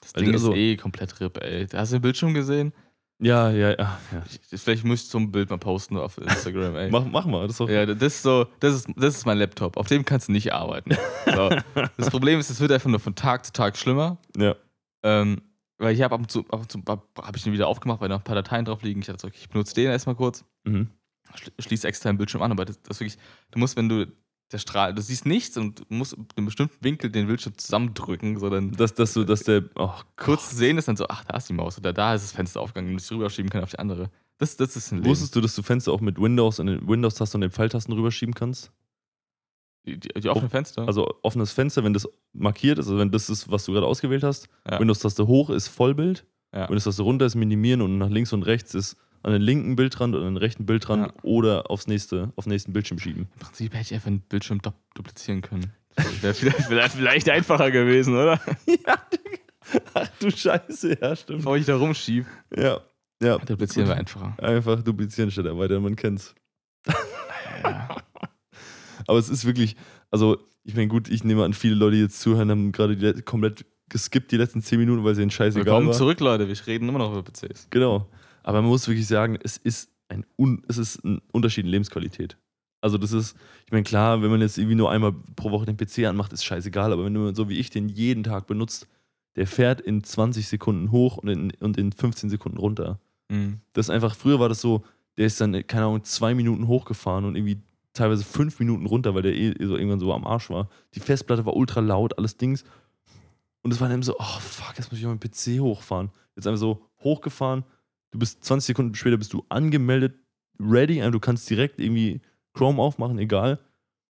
B: das
A: also
B: Ding
A: so-
B: ist eh komplett RIP, ey. Hast du den Bildschirm gesehen?
A: Ja, ja, ja. ja.
B: Ich, vielleicht muss ich so ein Bild mal posten auf Instagram, ey.
A: Mach, mach mal, das ist doch.
B: Ja, das ist so, das ist, das ist mein Laptop. Auf dem kannst du nicht arbeiten. So. Das Problem ist, es wird einfach nur von Tag zu Tag schlimmer.
A: Ja.
B: Ähm, weil ich habe ab und zu, ab und zu habe ich den wieder aufgemacht, weil da noch ein paar Dateien drauf liegen. Ich dachte, so, okay, ich benutze den erstmal kurz,
A: Mhm.
B: schli- schließe extra den Bildschirm an, aber das, das wirklich, du musst, wenn du der Strahl, du siehst nichts und du musst in einem bestimmten Winkel den Bildschirm zusammendrücken, sondern
A: Dass, dass, du, dass der. Oh,
B: kurz zu sehen ist dann so, ach, da ist die Maus oder da ist das Fenster aufgegangen und ich rüberschieben kann auf die andere. Das, das ist ein Leben.
A: Wusstest du, dass du Fenster auch mit Windows und den Windows-Tasten und den Pfeiltasten rüberschieben kannst?
B: die, die, die offenen Fenster?
A: Also offenes Fenster, wenn das markiert ist, also wenn das ist, was du gerade ausgewählt hast.
B: Ja.
A: Windows-Taste hoch ist Vollbild,
B: Ja.
A: Windows-Taste runter ist Minimieren und nach links und rechts ist an den linken Bildrand oder an den rechten Bildrand
B: Ja.
A: oder aufs nächste, auf den nächsten Bildschirm schieben.
B: Im Prinzip hätte ich einfach einen Bildschirm du- duplizieren können. Wäre vielleicht, vielleicht, vielleicht einfacher gewesen, oder?
A: Ach du Scheiße, ja, stimmt.
B: Bevor ich da rumschiebe.
A: Ja, ja.
B: Duplizieren
A: Gut.
B: wäre einfacher.
A: Einfach duplizieren statt erweitern, man kennt's.
B: Ja.
A: Aber es ist wirklich, also ich meine, gut, ich nehme an, viele Leute, die jetzt zuhören, haben gerade die, le- komplett geskippt die letzten 10 Minuten, weil sie ihnen scheißegal
B: Willkommen
A: war.
B: zurück, Leute. Wir reden immer noch über PCs.
A: Genau. Aber man muss wirklich sagen, es ist ein, un es ist ein Unterschied in Lebensqualität. Also das ist, ich meine, klar, wenn man jetzt irgendwie nur einmal pro Woche den PC anmacht, ist scheißegal, aber wenn man so wie ich den jeden Tag benutzt, der fährt in 20 Sekunden hoch und in, und in 15 Sekunden runter.
B: Mhm.
A: Das ist einfach, früher war das so, der ist dann, keine Ahnung, zwei Minuten hochgefahren und irgendwie teilweise fünf Minuten runter, weil der eh so irgendwann so am Arsch war. Die Festplatte war ultra laut, alles Dings. Und es war dann eben so, oh fuck, jetzt muss ich mal meinen PC hochfahren. Jetzt einfach so hochgefahren, du bist 20 Sekunden später bist du angemeldet, ready, und du kannst direkt irgendwie Chrome aufmachen, egal.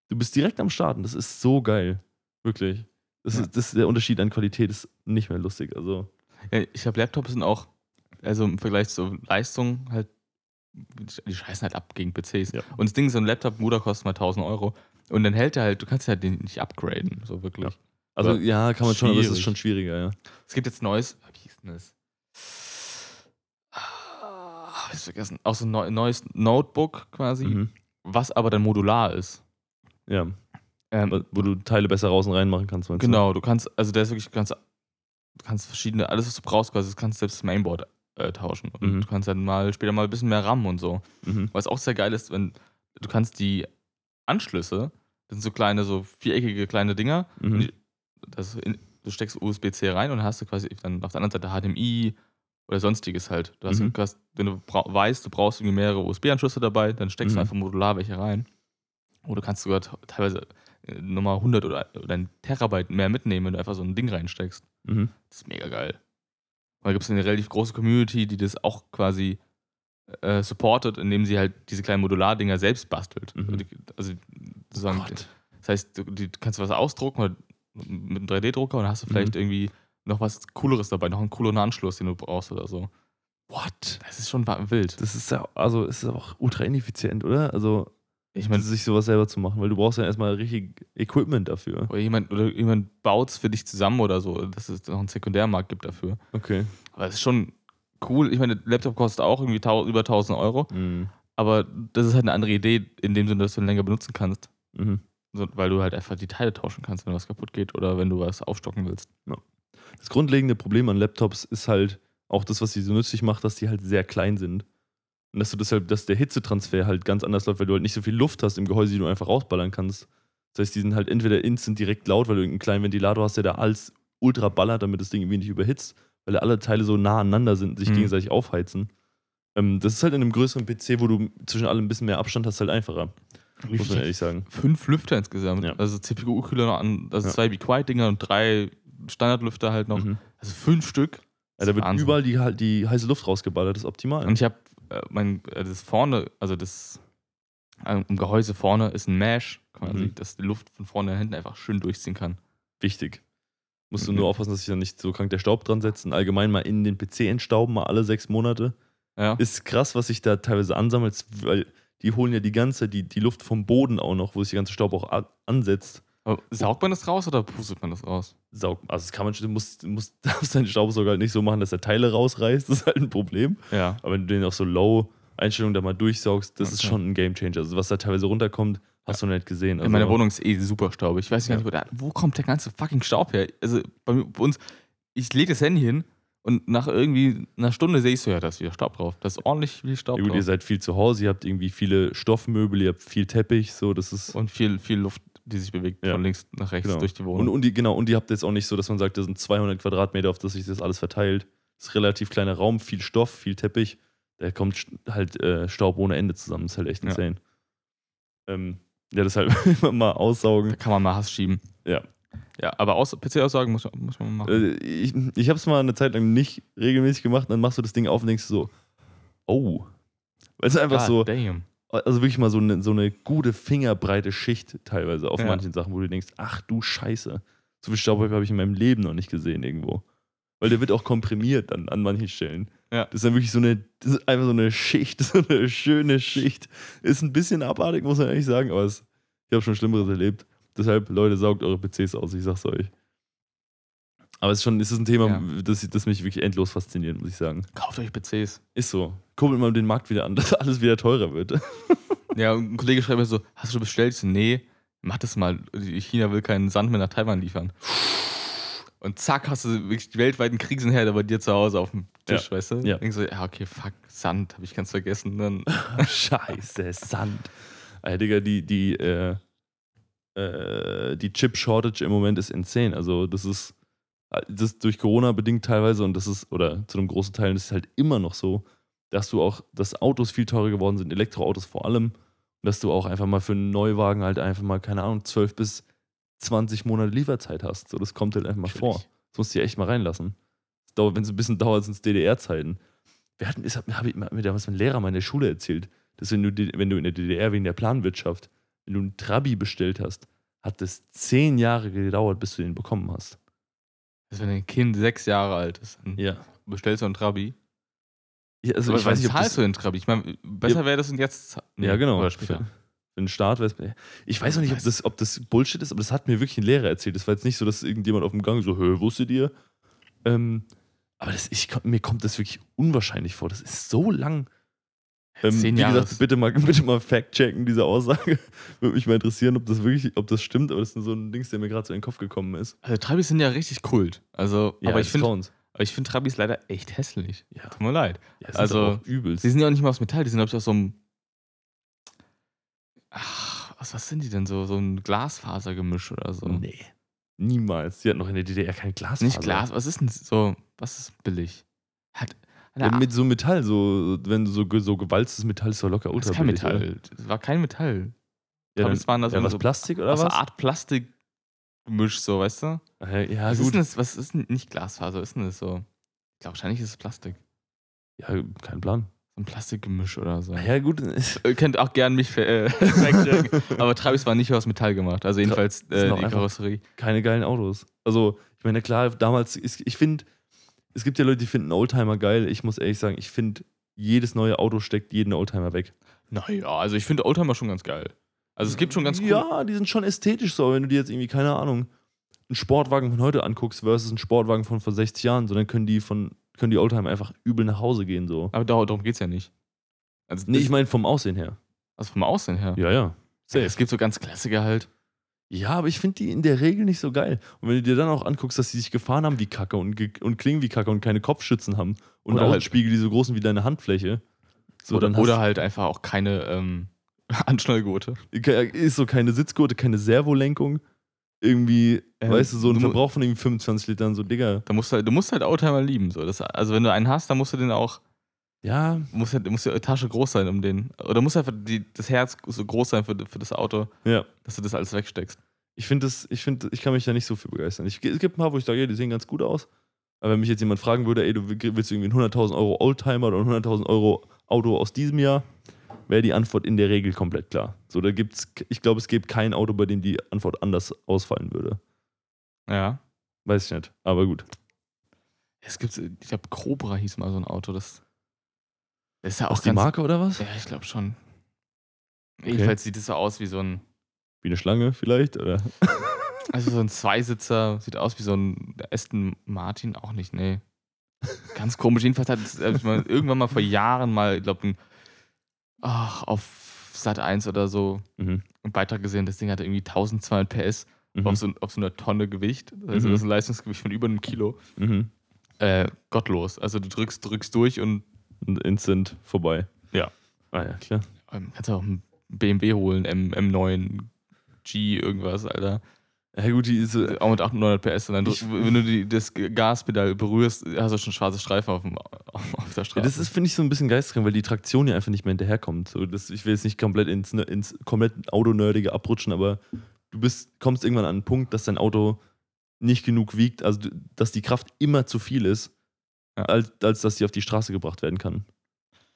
A: Du bist direkt am Starten, das ist so geil. Wirklich. Das,
B: Ja.
A: ist, das ist der Unterschied an Qualität, ist nicht mehr lustig. Also,
B: Ja, ich glaube, Laptops sind auch, also im Vergleich zur Leistung, halt, die scheißen halt ab gegen PCs.
A: Ja.
B: Und das Ding, so ein Laptop, Bruder, kostet mal 1000 Euro. Und dann hält er halt, du kannst ja den nicht upgraden, so wirklich.
A: also
B: Aber
A: ja, kann man schon, aber es ist
B: schwierig.
A: schon schwieriger, ja.
B: Es gibt jetzt neues. Wie hieß denn das? Ah, Hab ich's vergessen. Auch so ein neu- neues Notebook quasi,
A: Mhm.
B: was aber dann modular ist.
A: Ja.
B: Ähm,
A: Wo wo du Teile besser raus und rein machen kannst, meinst
B: genau, du kannst, also der ist wirklich ganz, du kannst verschiedene, alles was du brauchst, quasi, das kannst du selbst das Mainboard äh, tauschen. Und
A: Mhm.
B: du kannst dann mal später mal ein bisschen mehr RAM und so.
A: du? Mhm.
B: Was auch sehr geil ist, wenn du kannst die Anschlüsse, das sind so kleine, so viereckige kleine Dinger,
A: Mhm.
B: das in, du steckst USB-C rein und hast du quasi dann auf der anderen Seite HDMI oder sonstiges halt. Du hast,
A: Mhm.
B: du hast wenn du bra- weißt, du brauchst irgendwie mehrere USB-Anschlüsse dabei, dann steckst
A: Mhm.
B: du einfach modular welche rein. Oder du kannst sogar t- teilweise äh, nochmal 100 oder, oder ein Terabyte mehr mitnehmen, wenn du einfach so ein Ding reinsteckst.
A: Mhm.
B: Das ist mega geil. Und da gibt es eine relativ große Community, die das auch quasi äh, supportet, indem sie halt diese kleinen Modular-Dinger selbst bastelt.
A: Mhm. Oh
B: Also sozusagen das heißt, du die, du kannst was ausdrucken oder mit einem 3D-Drucker und dann
A: Mhm.
B: hast du vielleicht irgendwie noch was Cooleres dabei, noch einen cooleren Anschluss, den du brauchst oder so.
A: What?
B: Das ist schon wa- wild.
A: Das ist ja, also es ist auch ultra ineffizient, oder? Also,
B: Ich meine,
A: sich sowas selber zu machen, weil du brauchst ja erstmal richtig Equipment dafür.
B: oder jemand, oder jemand baut es für dich zusammen oder so, dass es noch einen Sekundärmarkt gibt dafür.
A: Okay.
B: Aber es ist schon cool. Ich meine, der Laptop kostet auch irgendwie tau- über 1000 Euro,
A: Mhm.
B: aber das ist halt eine andere Idee, in dem Sinne, dass du ihn länger benutzen kannst,
A: Mhm.
B: so, weil du halt einfach die Teile tauschen kannst, wenn was kaputt geht oder wenn du was aufstocken willst.
A: Das grundlegende Problem an Laptops ist halt auch das, was sie so nützlich macht, dass die halt sehr klein sind. Und dass du deshalb, dass der Hitzetransfer halt ganz anders läuft, weil du halt nicht so viel Luft hast im Gehäuse, die du einfach rausballern kannst. Das heißt, die sind halt entweder instant direkt laut, weil du irgendeinen kleinen Ventilator hast, der da alles ultra ballert, damit das Ding irgendwie nicht überhitzt, weil alle Teile so nah aneinander sind, sich
B: Mhm.
A: gegenseitig aufheizen. Ähm, das ist halt in einem größeren PC, wo du zwischen allem ein bisschen mehr Abstand hast, halt einfacher. Muss man ehrlich sagen.
B: fünf Lüfter insgesamt.
A: Ja.
B: Also CPU-Kühler noch an, also
A: Ja.
B: zwei Be Quiet-Dinger und drei Standardlüfter halt noch.
A: Mhm.
B: Also fünf Stück.
A: Ja,
B: Das
A: da
B: ist
A: wird
B: Wahnsinn.
A: überall die, die heiße Luft rausgeballert, das ist optimal.
B: Und ich habe äh, mein, äh, das vorne, also das äh, im Gehäuse vorne ist ein Mesh quasi,
A: Mhm.
B: dass die Luft von vorne und hinten einfach schön durchziehen kann.
A: Wichtig. Musst du
B: Mhm.
A: nur aufpassen, dass sich da nicht so krank der Staub dran setzt. Und allgemein mal in den PC entstauben, mal alle sechs Monate.
B: Ja.
A: Ist krass, was sich da teilweise ansammelt, weil die holen ja die ganze, die, die Luft vom Boden auch noch, wo sich der ganze Staub auch a- ansetzt.
B: Aber saugt man das raus oder pustet man das raus?
A: Saug, also das kann man schon, du musst, du <laughs> musst, darfst deinen Staubsauger halt nicht so machen, dass er Teile rausreißt, <laughs> das ist halt ein Problem.
B: Ja.
A: Aber wenn du den auf so Low-Einstellungen da mal durchsaugst, das ist
B: Okay.
A: schon ein Gamechanger. Also was da teilweise runterkommt, hast du noch nicht gesehen. Also,
B: In meiner Wohnung ist eh super staubig. Ich weiß gar
A: Ja.
B: nicht, wo, der, wo kommt der ganze fucking Staub her? Also bei, mir, bei uns, ich lege das Handy hin und nach irgendwie einer Stunde sehe ich so, ja, da ist wieder Staub drauf. Da ist ordentlich viel Staub
A: Ja gut, ihr
B: drauf.
A: seid viel zu Hause, ihr habt irgendwie viele Stoffmöbel, ihr habt viel Teppich, so das ist.
B: Und viel, viel Luft, die sich bewegt
A: Ja.
B: von links nach rechts
A: Genau.
B: durch die Wohnung.
A: Und, und die, genau, und ihr habt jetzt auch nicht so, dass man sagt, das sind 200 Quadratmeter, auf das sich das alles verteilt. Das ist ein relativ kleiner Raum, viel Stoff, viel Teppich. Da kommt sch- halt äh, Staub ohne Ende zusammen. Das ist halt echt
B: Ja.
A: insane. Ähm, ja, deshalb <laughs> immer mal aussaugen.
B: da kann man mal Hass schieben.
A: Ja.
B: Ja, aber aus, PC-Aussagen muss, muss man machen.
A: Äh, ich ich habe es mal eine Zeit lang nicht regelmäßig gemacht, dann machst du das Ding auf und denkst so, oh. Weil es einfach
B: God
A: so,
B: Damn.
A: also wirklich mal so eine, so eine gute fingerbreite Schicht teilweise auf
B: Ja.
A: manchen Sachen, wo du denkst, ach du Scheiße, so viel Staub habe ich in meinem Leben noch nicht gesehen irgendwo. Weil der wird auch komprimiert an, an manchen Stellen.
B: Ja.
A: Das ist dann wirklich so eine, das ist einfach so eine Schicht, <laughs> so eine schöne Schicht. Ist ein bisschen abartig, muss man ehrlich sagen, aber es, ich habe schon Schlimmeres erlebt. Deshalb, Leute, saugt eure PCs aus, ich sag's euch. Aber es ist schon, es ist ein Thema,
B: Ja.
A: das, das mich wirklich endlos fasziniert, muss ich sagen.
B: Kauft euch PCs.
A: Ist so. Kurbelt mal den Markt wieder an, <laughs> dass alles wieder teurer wird.
B: Ja, und ein Kollege schreibt mir so, hast du bestellt? Ich so, nee, mach das mal. China will keinen Sand mehr nach Taiwan liefern. Und zack, hast du wirklich die weltweiten Krisenherde bei dir zu Hause auf dem Tisch, weißt du?
A: Ja.
B: Denkst du, ja, okay, fuck, Sand, habe ich ganz vergessen. Dann,
A: <laughs> Scheiße, Sand. Ey, Digga, die, die, äh, äh, die Chip-Shortage im Moment ist insane. Also, das ist, das ist durch Corona bedingt teilweise und das ist, oder zu einem großen Teil, das ist halt immer noch so, dass du auch, dass Autos viel teurer geworden sind, Elektroautos vor allem, und dass du auch einfach mal für einen Neuwagen halt einfach mal, keine Ahnung, 12 bis 20 Monate Lieferzeit hast. So, das kommt halt einfach mal vor.
B: Natürlich.
A: Das musst du dir echt mal reinlassen. Das dauert- Wenn es ein bisschen dauert, sind es DDR-Zeiten. Wir hatten, das hat, hab ich, hat mir damals mein Lehrer mal in der Schule erzählt, dass wenn du, die- wenn du in der DDR wegen der Planwirtschaft, wenn du einen Trabi bestellt hast, hat es zehn Jahre gedauert, bis du den bekommen hast.
B: also wenn ein Kind sechs Jahre alt ist, dann
A: Ja.
B: bestellst du einen Trabi.
A: ja also
B: Aber
A: ich weiß
B: wann
A: nicht, ob
B: zahlst
A: das,
B: du den Trabi? Ich meine, besser wäre das und jetzt. nee,
A: Ja, genau.
B: Hm, Oder später.
A: Für den Start wär's, Ich weiß auch nicht, ob
B: Weiß-
A: das, ob das Bullshit ist, aber das hat mir wirklich ein Lehrer erzählt. Das war jetzt nicht so, dass irgendjemand auf dem Gang so, hö, wusstet ihr? Ähm, aber das, ich, mir kommt das wirklich unwahrscheinlich vor. Das ist so lang. Ähm,
B: Zehn
A: wie
B: Jahre
A: gesagt,
B: ist-
A: bitte mal, <laughs> bitte mal fact-checken, diese Aussage. <laughs> Würde mich mal interessieren, ob das wirklich, ob das stimmt, aber das ist nur so ein Dings, der mir gerade so in den Kopf gekommen ist.
B: Also Trabis sind ja richtig Kult. Also,
A: Ja,
B: aber ich
A: des
B: finde
A: Grauens.
B: find Trabis leider echt hässlich.
A: Ja.
B: Tut mir leid.
A: Ja, das
B: also-
A: ist auch übelst.
B: Sie sind ja auch nicht mal aus Metall, die sind, glaube ich, aus so einem. Ach, aus was sind die denn so? So ein Glasfasergemisch oder so.
A: Nee. Niemals. Die hat noch in der DDR kein Glas.
B: Nicht Glas, was ist denn so? Was ist billig? Hat.
A: Ja,
B: Na,
A: mit so Metall, so, wenn du so, ge- so gewalztes Metall ist doch locker
B: das
A: ultra
B: ist kein
A: billig, oder?
B: Metall. Das war kein Metall.
A: Ja, dann,
B: Trabis waren das
A: ja,
B: immer
A: was
B: so
A: Plastik oder
B: aus einer
A: was?
B: Art Plastikgemisch, so, weißt du?
A: Ja, ja
B: was, ist
A: gut.
B: denn das, was ist denn nicht Glasfaser? Was ist denn das so? Ich glaube, wahrscheinlich ist es Plastik.
A: Ja, kein
B: <laughs>
A: Plan.
B: So ein Plastikgemisch oder so.
A: Ja, gut.
B: Ihr könnt auch gern mich ver-
A: <laughs>
B: äh, fact-checken. Aber Travis war nicht aus Metall gemacht. Also jedenfalls
A: das sind
B: äh,
A: auch
B: die
A: einfach-
B: Karosserie.
A: <laughs> Keine geilen Autos. Also, ich meine, klar, damals, ist, ich finde, es gibt ja Leute, die finden Oldtimer geil. Ich muss ehrlich sagen, ich finde, jedes neue Auto steckt jeden Oldtimer weg.
B: Naja, also ich finde Oldtimer schon ganz geil. Also es gibt schon ganz cool.
A: Ja, die sind schon ästhetisch so, aber wenn du dir jetzt irgendwie, keine Ahnung, einen Sportwagen von heute anguckst versus einen Sportwagen von vor 60 Jahren, so dann können die von, können die Oldtimer einfach übel nach Hause gehen, so.
B: Aber darum, darum geht es ja nicht. Also,
A: Nee,
B: das-
A: ich meine vom Aussehen her.
B: also vom Aussehen her.
A: Ja, ja. Safe.
B: Es gibt so ganz Klassiker halt.
A: Ja, aber ich finde die in der Regel nicht so geil. Und wenn du dir dann auch anguckst, dass die sich gefahren haben wie Kacke und, ge- und klingen wie Kacke und keine Kopfschützen haben und
B: Oder halt-
A: Außenspiegel, die so groß sind wie deine Handfläche. So,
B: oder
A: dann hast
B: oder halt einfach auch keine ähm, <laughs> Anschnallgurte.
A: ke- ist so keine Sitzgurte, keine Servolenkung. Irgendwie,
B: Ähm,
A: weißt du, so ein
B: du mu-
A: Verbrauch von irgendwie 25 Litern, so Digga.
B: Da musst du, halt, du musst halt Oldtimer lieben. So. Das, also wenn du einen hast, dann musst du den auch,
A: Ja,
B: muss halt, muss die Tasche groß sein um den. Oder muss einfach die, das Herz so groß sein für, für das Auto,
A: ja.
B: dass du das alles wegsteckst.
A: Ich finde das, ich finde, ich kann mich da nicht so für begeistern. Ich, es gibt ein paar, wo ich sage, ja, die sehen ganz gut aus. Aber wenn mich jetzt jemand fragen würde, ey, du willst irgendwie einen 100.000 Euro Oldtimer oder ein 100.000 Euro Auto aus diesem Jahr, wäre die Antwort in der Regel komplett klar. So, da gibt's, ich glaube, es gibt kein Auto, bei dem die Antwort anders ausfallen würde.
B: Ja.
A: Weiß ich nicht, aber gut.
B: Es gibt, ich glaube, Cobra hieß mal so ein Auto. Das, das ist ja auch
A: Auch die
B: ganz-
A: Marke oder was?
B: Ja, ich glaube schon. Jedenfalls sieht es so aus wie so ein,
A: Wie eine Schlange vielleicht? Oder?
B: also so ein Zweisitzer, sieht aus wie so ein Aston Martin, auch nicht, nee. Ganz komisch. Jedenfalls hat es hab ich mal, irgendwann mal vor Jahren mal, ich glaube, ach, auf Sat 1 oder so
A: Mhm.
B: einen Beitrag gesehen. Das Ding hatte irgendwie 1200 PS auf,
A: Mhm.
B: so, auf so einer Tonne Gewicht. Also
A: Mhm.
B: das ist ein Leistungsgewicht von über einem Kilo.
A: Mhm.
B: Äh, gottlos. Also du drückst, drückst durch und
A: Und instant vorbei.
B: Ja.
A: Ah ja, klar.
B: Ähm, Kannst du auch einen BMW holen, M, M9, G, irgendwas, Alter.
A: Ja gut, die ist, äh,
B: Auch mit 800 PS. Und dann,
A: Ich-
B: drück- wenn du die, das Gaspedal berührst, hast du schon schwarze Streifen auf, dem, <laughs> auf der
A: ja,
B: Straße.
A: das ist, finde ich, so ein bisschen geisteskrank, weil die Traktion ja einfach nicht mehr hinterherkommt. So, das, ich will jetzt nicht komplett ins, ne- ins komplett Autonerdige abrutschen, aber du bist, kommst irgendwann an einen Punkt, dass dein Auto nicht genug wiegt, also du- dass die Kraft immer zu viel ist,
B: Ja.
A: als, als dass sie auf die Straße gebracht werden kann.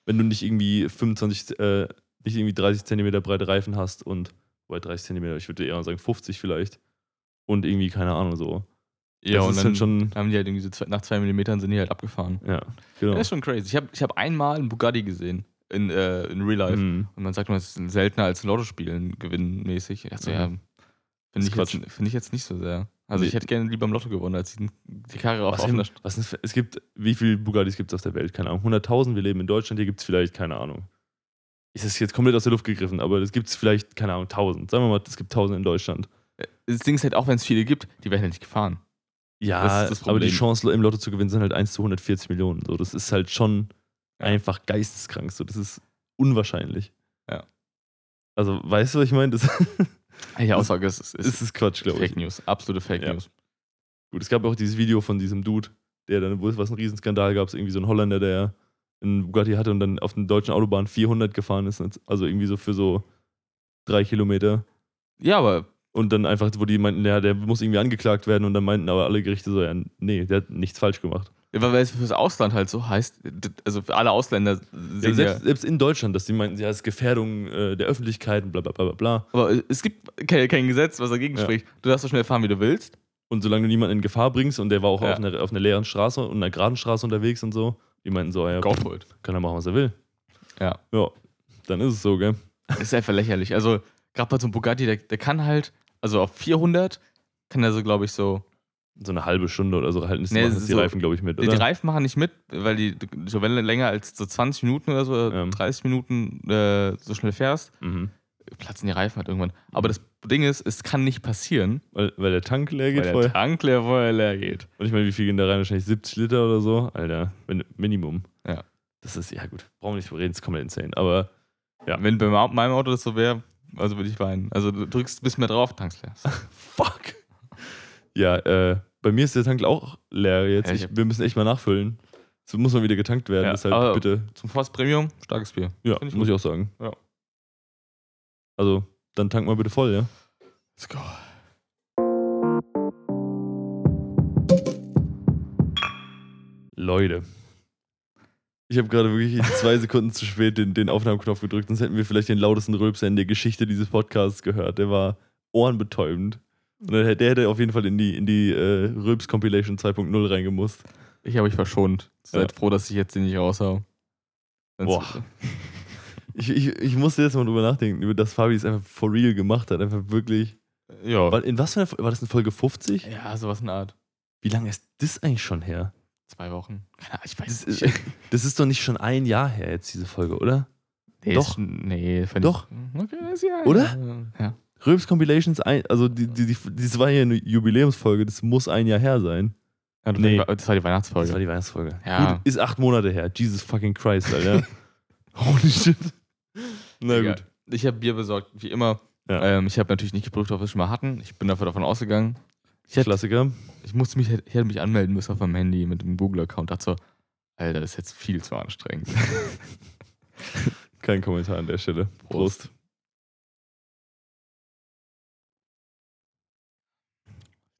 A: Wenn du nicht irgendwie 25, äh, nicht irgendwie 30 Zentimeter breite Reifen hast und bei 30 Zentimeter, ich würde eher sagen 50 vielleicht und irgendwie, keine Ahnung, so.
B: ja,
A: das
B: und
A: ist
B: dann
A: halt schon,
B: haben die halt irgendwie so zwei, nach zwei Millimetern sind die halt abgefahren.
A: ja, genau.
B: Das ist schon crazy. Ich habe ich hab einmal einen Bugatti gesehen in, äh, in Real Life.
A: Mhm.
B: Und man sagt man, es ist seltener als Lotto spielen gewinnmäßig. Ich dachte, so,
A: Mhm.
B: ja, finde ich,
A: Quatsch.
B: jetzt- finde ich jetzt nicht so sehr. Also
A: Nee.
B: ich hätte gerne lieber im Lotto gewonnen, als die, die Karre auf
A: Was
B: offener
A: denn, was denn, für- es gibt, wie viele Bugattis gibt es auf der Welt? Keine Ahnung. 100.000, wir leben in Deutschland, hier gibt es vielleicht, keine Ahnung. Ist das jetzt komplett aus der Luft gegriffen, aber es gibt vielleicht, keine Ahnung, 1000. Sagen wir mal, es gibt 1000 in Deutschland.
B: Das Ding ist halt, auch wenn es viele gibt, die werden halt nicht gefahren.
A: Ja,
B: Das ist das
A: aber die
B: Problem.
A: Chancen im Lotto zu gewinnen sind halt 1 zu 140 Millionen. So, das ist halt schon
B: Ja.
A: einfach geisteskrank. So, das ist unwahrscheinlich.
B: Ja.
A: Also, weißt du, was ich meine? Das <laughs>
B: Die Aussage ist, ist,
A: ist, ist Quatsch, glaube ich.
B: Fake News, absolute Fake
A: Ja.
B: News.
A: Gut, es gab auch dieses Video von diesem Dude, der dann, wo es was ein Riesenskandal gab, es irgendwie so ein Holländer, der einen Bugatti hatte und dann auf den deutschen Autobahn 400 gefahren ist, also irgendwie so für so drei Kilometer
B: Ja, aber
A: und dann einfach, wo die meinten, ja, der muss irgendwie angeklagt werden und dann meinten aber alle Gerichte so, ja, nee, der hat nichts falsch gemacht.
B: weil es fürs Ausland halt so heißt, d- also für alle Ausländer
A: Ja,
B: sehen ja,
A: selbst, selbst in Deutschland, dass die meinten, ja, es ist Gefährdung äh, der Öffentlichkeit und bla bla bla bla bla.
B: aber es gibt kein, kein Gesetz, was dagegen
A: Ja.
B: spricht. Du darfst so schnell fahren, wie du willst.
A: Und solange du niemanden in Gefahr bringst und der war auch
B: Ja.
A: auf, einer, auf einer leeren Straße und einer geraden Straße unterwegs und so, die meinten so, ja,
B: Go for it.
A: kann er machen, was er will.
B: Ja.
A: Ja, dann ist es so, gell?
B: Das ist einfach lächerlich. Also, gerade bei so einem Bugatti, der, der kann halt, also auf 400 kann er so, glaube ich, so.
A: So eine halbe Stunde oder so halten es
B: Nee,
A: machen
B: es
A: es
B: ist
A: die
B: so-
A: Reifen, glaube ich, mit,
B: Die
A: oder?
B: Reifen machen nicht mit, weil die, so wenn du länger als so 20 Minuten oder so,
A: Ähm.
B: 30 Minuten äh, so schnell fährst,
A: mhm.
B: platzen die Reifen halt irgendwann. Aber das Ding ist, es kann nicht passieren,
A: weil, weil der Tank leer geht
B: weil
A: voll.
B: der Tank leer vorher leer geht.
A: Und ich meine, wie viel gehen da rein? Wahrscheinlich 70 Liter oder so. Alter, wenn, Minimum.
B: Ja.
A: Das ist, ja gut, brauchen wir nicht drüber reden, das ist komplett insane. Aber
B: Ja, wenn bei ma- meinem Auto das so wäre, also würde ich weinen. Also du drückst ein bisschen mehr drauf, tankst leer.
A: fuck. Ja, äh, bei mir ist der Tank auch leer jetzt.
B: Ja, ich
A: ich,
B: hab-
A: wir müssen echt mal nachfüllen. So muss man wieder getankt werden,
B: Ja,
A: deshalb
B: aber-
A: bitte.
B: Zum Forst Premium, starkes Bier.
A: Ja,
B: Find ich
A: muss
B: gut.
A: ich auch sagen.
B: Ja.
A: Also, dann tank mal bitte voll, ja?
B: Let's go.
A: Leute. Ich habe gerade wirklich zwei Sekunden zu spät den, den Aufnahmeknopf gedrückt, sonst hätten wir vielleicht den lautesten Rülpser in der Geschichte dieses Podcasts gehört. Der war ohrenbetäubend. Und dann hätte- der hätte auf jeden Fall in die, in die äh, Rülps-Compilation 2.0 reingemusst.
B: Ich habe mich verschont. Seid froh, dass ich jetzt den nicht raushau. Sonst-
A: Boah. Ich, ich, ich musste jetzt mal drüber nachdenken, über das Fabi es einfach for real gemacht hat. Einfach wirklich.
B: Ja.
A: War, in was für einer, war das in Folge 50?
B: Ja, sowas in der Art.
A: Wie lange ist das eigentlich schon her?
B: Zwei Wochen. Keine Ahnung, ich
A: Das
B: weiß
A: ist,
B: nicht.
A: das ist doch nicht schon ein Jahr her jetzt, diese Folge, oder?
B: Nee,
A: doch.
B: ist- Nee, fand
A: Doch.
B: Ich, okay, ist ja.
A: Oder?
B: Ja.
A: Röps Compilations, ein, also die, die, die, das war ja eine Jubiläumsfolge, das muss ein Jahr her sein.
B: ja du-
A: Nee.
B: Das war die Weihnachtsfolge.
A: Das war die Weihnachtsfolge.
B: Ja.
A: Gut, ist acht Monate her. Jesus fucking Christ, <laughs> Alter. Holy shit. Na
B: Egal.
A: gut.
B: Ich habe Bier besorgt, wie immer.
A: Ja.
B: Ähm, ich habe natürlich nicht geprüft, ob wir es schon mal hatten. Ich bin dafür davon ausgegangen. Ich hätte
A: Klassiker.
B: Ich musste mich, ich hätte mich anmelden müssen auf meinem Handy mit dem Google-Account. Dachte so, Alter, das ist jetzt viel zu anstrengend.
A: Kein Kommentar an der Stelle. <laughs> Prost.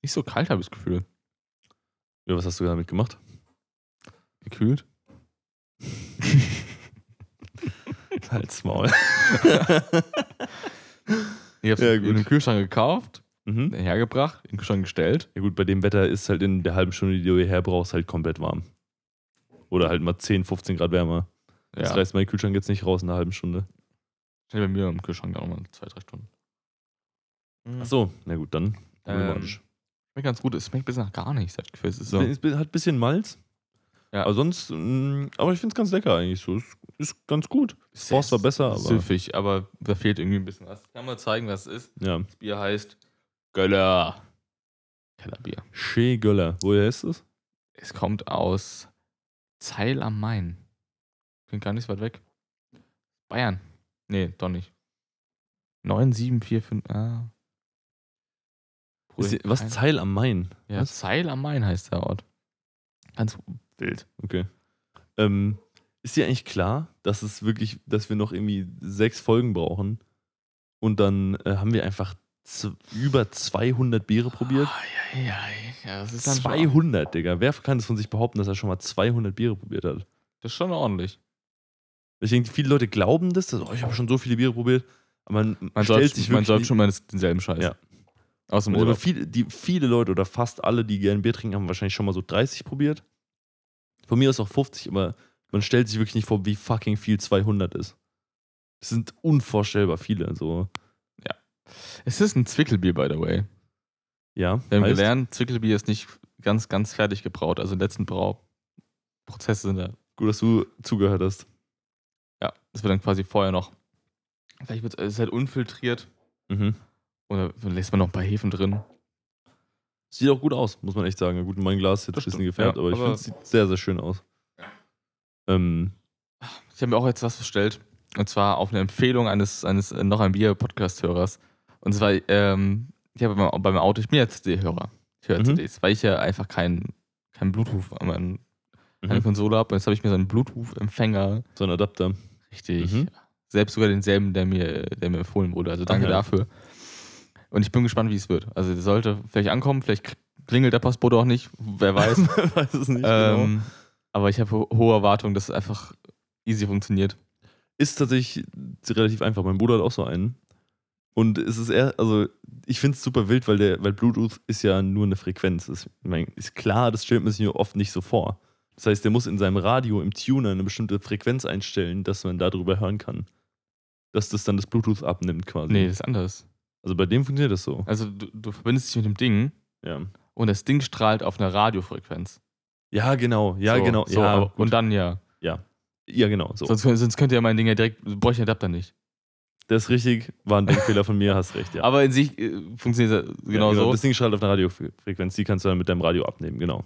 B: Nicht so kalt habe ich das Gefühl.
A: Ja, was hast du damit gemacht? <laughs>
B: Gekühlt?
A: Halt's Maul.
B: Ich habe
A: Ja,
B: es in
A: gut.
B: einem Kühlschrank gekauft,
A: Mhm.
B: hergebracht, in den Kühlschrank gestellt.
A: Ja gut, bei dem Wetter ist halt in der halben Stunde, die du hierher brauchst, halt komplett warm. Oder halt mal 10, 15 Grad wärmer. Das
B: Ja.
A: reißt mein Kühlschrank jetzt nicht raus in einer halben Stunde.
B: Steht bei mir im Kühlschrank auch mal zwei, drei Stunden. Mhm.
A: Achso, na gut, dann. Problematisch.
B: Ähm, schmeckt ganz gut. Es schmeckt bis nach gar nichts, das Gefühl. Es ist so.
A: Es bi- hat ein bisschen Malz.
B: Ja.
A: Aber sonst, mh, aber ich finde es ganz lecker eigentlich. So, ist, ist ganz gut. Forst war besser, aber-
B: Süffig, aber da fehlt irgendwie ein bisschen was. Kann man zeigen, was es ist.
A: Ja.
B: Das Bier heißt Göller. Kellerbier.
A: Shea Göller. Woher ist es?
B: Es kommt aus Zeil am Main. Klingt gar nicht so weit weg. Bayern. Nee, doch nicht. 9745. Ah.
A: Ist, die- was?
B: Kein-
A: Zeil am Main?
B: Ja,
A: Was?
B: Zeil am Main heißt der Ort. Ganz wild.
A: Okay. Ähm, ist dir eigentlich klar, dass es wirklich, dass wir noch irgendwie sechs Folgen brauchen und dann äh, haben wir einfach z- über 200 Biere probiert?
B: Ah, ja, ja, ja, das ist dann 200.
A: 200, Digga. Wer kann es von sich behaupten, dass er schon mal 200 Biere probiert hat?
B: Das ist schon ordentlich.
A: Ich denke, viele Leute glauben das, dass, oh, ich habe schon so viele Biere probiert. Aber man,
B: Man
A: stellt
B: säuft,
A: sich
B: man
A: wirklich
B: säuft
A: nicht-
B: schon mal das- denselben Scheiß.
A: Ja.
B: Aus dem
A: Also aber
B: Urlaub.
A: viele, die, viele Leute oder fast alle, die gerne Bier trinken, haben wahrscheinlich schon mal so 30 probiert. Von mir aus auch 50, aber man stellt sich wirklich nicht vor, wie fucking viel 200 ist. Das sind unvorstellbar viele. Also,
B: Es ist ein Zwickelbier, by the way.
A: ja,
B: Wir haben
A: heißt,
B: gelernt, Zwickelbier ist nicht ganz, ganz fertig gebraut. Also die letzten Brauprozesse sind da.
A: gut, dass du zugehört hast.
B: Ja, das wird dann quasi vorher noch. Vielleicht wird es ist halt unfiltriert.
A: Mhm.
B: Oder lässt man noch ein paar Hefen drin.
A: Sieht auch gut aus, muss man echt sagen. Gut, mein Glas ist jetzt
B: Das
A: ein bisschen
B: stimmt,
A: gefärbt,
B: ja,
A: aber ich
B: aber-
A: finde, es sieht sehr, sehr schön aus. Ähm,
B: Ich habe mir auch jetzt was bestellt. Und zwar auf eine Empfehlung eines, eines äh, noch ein Bier-Podcast-Hörers. Und zwar, ähm, ich habe beim, beim Auto, ich bin ja CD-Hörer. Ich höre
A: Mhm.
B: CDs, weil ich ja einfach kein, kein Bluetooth an meinem-
A: mhm.
B: keine Konsole habe. Und jetzt habe ich mir so einen Bluetooth-Empfänger,
A: So ein Adapter.
B: richtig,
A: Mhm.
B: selbst sogar denselben, der mir, der mir empfohlen wurde. Also danke
A: ja.
B: dafür. Und ich bin gespannt, wie es wird. Also der sollte vielleicht ankommen, vielleicht klingelt der Postbote auch nicht,
A: <laughs>
B: wer <laughs> weiß.
A: Weiß es nicht genau.
B: ähm, aber ich habe ho- hohe Erwartungen, dass es einfach easy funktioniert.
A: ist tatsächlich relativ einfach. Mein Bruder hat auch so einen. Und es ist eher, also ich finde es super wild, weil der, weil Bluetooth ist ja nur eine Frequenz. Ist, ich mein, ist klar, das stellt man sich nur oft nicht so vor. Das heißt, der muss in seinem Radio, im Tuner, eine bestimmte Frequenz einstellen, dass man darüber hören kann. Dass das dann das Bluetooth abnimmt quasi.
B: Nee, das ist anders.
A: Also bei dem funktioniert das so.
B: Also du, du verbindest dich mit dem Ding
A: Ja,
B: und das Ding strahlt auf einer Radiofrequenz.
A: ja genau, ja,
B: so,
A: genau.
B: So,
A: ja,
B: aber-
A: gut.
B: und dann ja.
A: ja, genau. So.
B: Sonst, sonst könnte ja mein Ding ja direkt, bräuchte ich den Adapter nicht.
A: Das ist richtig, war ein Denkfehler von mir, hast recht, ja.
B: <laughs> Aber in sich äh, funktioniert es
A: Ja,
B: genau, so.
A: Das
B: Das,
A: Ding strahlt auf einer Radiofrequenz, die kannst du dann mit deinem Radio abnehmen, genau.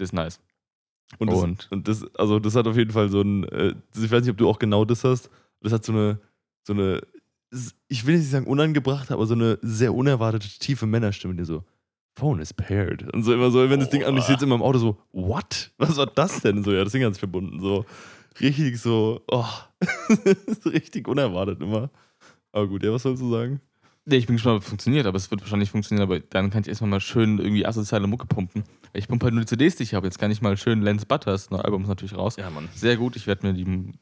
B: ist nice.
A: Und das,
B: Und?
A: und das, also das hat auf jeden Fall so ein, äh, ich weiß nicht, ob du auch genau das hast, das hat so eine, so eine, s- ich will nicht sagen unangebracht, aber so eine sehr unerwartete tiefe Männerstimme, die so, Phone is paired. Und so immer so, wenn das Ding an, ich sitze immer im Auto so, what? Was war das denn? So, ja, das Ding hat sich verbunden. So, richtig so, oh, <laughs> richtig unerwartet immer. Aber gut, ja, was sollst du sagen?
B: Nee, ich bin gespannt, ob es funktioniert, aber es wird wahrscheinlich funktionieren, aber dann kann ich erstmal mal schön irgendwie asoziale Mucke pumpen. Ich pumpe halt nur die CDs, die ich habe. Jetzt kann ich mal schön Lance Butters, neue Album ist natürlich raus.
A: Ja, Mann.
B: Sehr gut, ich werde mir die,